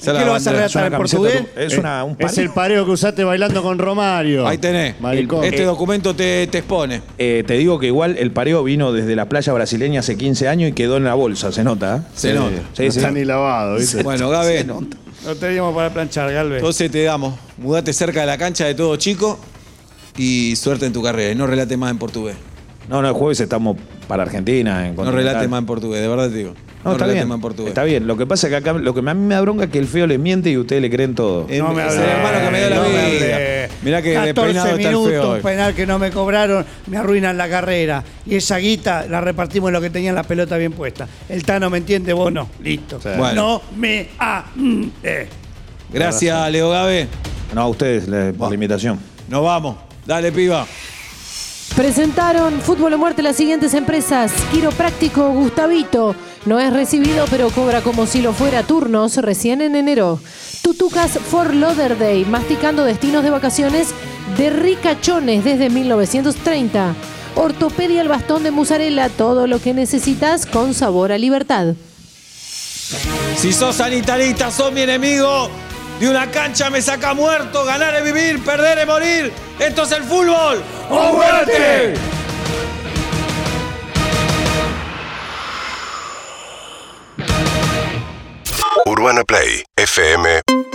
[SPEAKER 4] ¿Y ¿Qué lo vas a
[SPEAKER 2] bandera,
[SPEAKER 1] Es
[SPEAKER 4] relatar
[SPEAKER 1] una
[SPEAKER 4] en
[SPEAKER 1] camiseta
[SPEAKER 4] portugués? Eh,
[SPEAKER 1] tu- Es una, un
[SPEAKER 5] Es
[SPEAKER 1] pari.
[SPEAKER 5] el pareo que usaste bailando con Romario.
[SPEAKER 2] Ahí tenés.
[SPEAKER 5] Maricón.
[SPEAKER 2] Este
[SPEAKER 1] Eh.
[SPEAKER 2] documento te, te expone.
[SPEAKER 1] Eh, te digo que igual el pareo vino desde la playa brasileña hace 15 años y quedó en la bolsa, se nota. ¿eh?
[SPEAKER 2] Se nota.
[SPEAKER 1] Sí,
[SPEAKER 5] no
[SPEAKER 1] sí.
[SPEAKER 5] está ni lavado, ¿viste?
[SPEAKER 2] Bueno, Gabe,
[SPEAKER 4] No teníamos para planchar, Galvez.
[SPEAKER 2] entonces te damos. Mudate cerca de la cancha de todo chico y suerte en tu carrera. Y no relates más en portugués.
[SPEAKER 1] No, no, el jueves estamos para Argentina. En
[SPEAKER 2] No
[SPEAKER 1] Continental.
[SPEAKER 2] relates más en portugués, de verdad te digo.
[SPEAKER 1] No, está
[SPEAKER 2] relates
[SPEAKER 1] bien.
[SPEAKER 2] más en portugués.
[SPEAKER 1] Está bien. Lo que pasa es que acá lo que a mí me da bronca es que el feo le miente y ustedes le creen todo.
[SPEAKER 2] Eh,
[SPEAKER 4] No me
[SPEAKER 2] es el
[SPEAKER 4] hablé.
[SPEAKER 2] hermano que me dio la
[SPEAKER 4] no
[SPEAKER 2] vida.
[SPEAKER 4] me hablé.
[SPEAKER 2] Mirá que
[SPEAKER 4] 14
[SPEAKER 2] despeinado está el
[SPEAKER 4] minutos,
[SPEAKER 2] feo hoy.
[SPEAKER 4] un penal que no me cobraron, me arruinan la carrera. Y esa guita la repartimos en lo que tenían la pelota bien puesta. El Tano me entiende, vos no. Listo.
[SPEAKER 2] Bueno.
[SPEAKER 4] No me mm, eh. hablé.
[SPEAKER 2] Gracias, Leo Gabe.
[SPEAKER 1] No, a ustedes le- por la invitación.
[SPEAKER 2] Nos vamos. Dale, piba.
[SPEAKER 3] Presentaron Fútbol o Muerte las siguientes empresas. Quiropráctico Gustavito. No es recibido, pero cobra como si lo fuera turnos recién en enero. Tutucas for Lauderdale. Masticando destinos de vacaciones de ricachones desde 1930. Ortopedia el bastón de musarela. Todo lo que necesitas con sabor a libertad.
[SPEAKER 2] Si sos sanitarista, sos mi enemigo. De una cancha me saca muerto. Ganar es vivir, perder es morir. Esto es el fútbol. ¡O muerte!
[SPEAKER 6] UrbanaPlayFM.com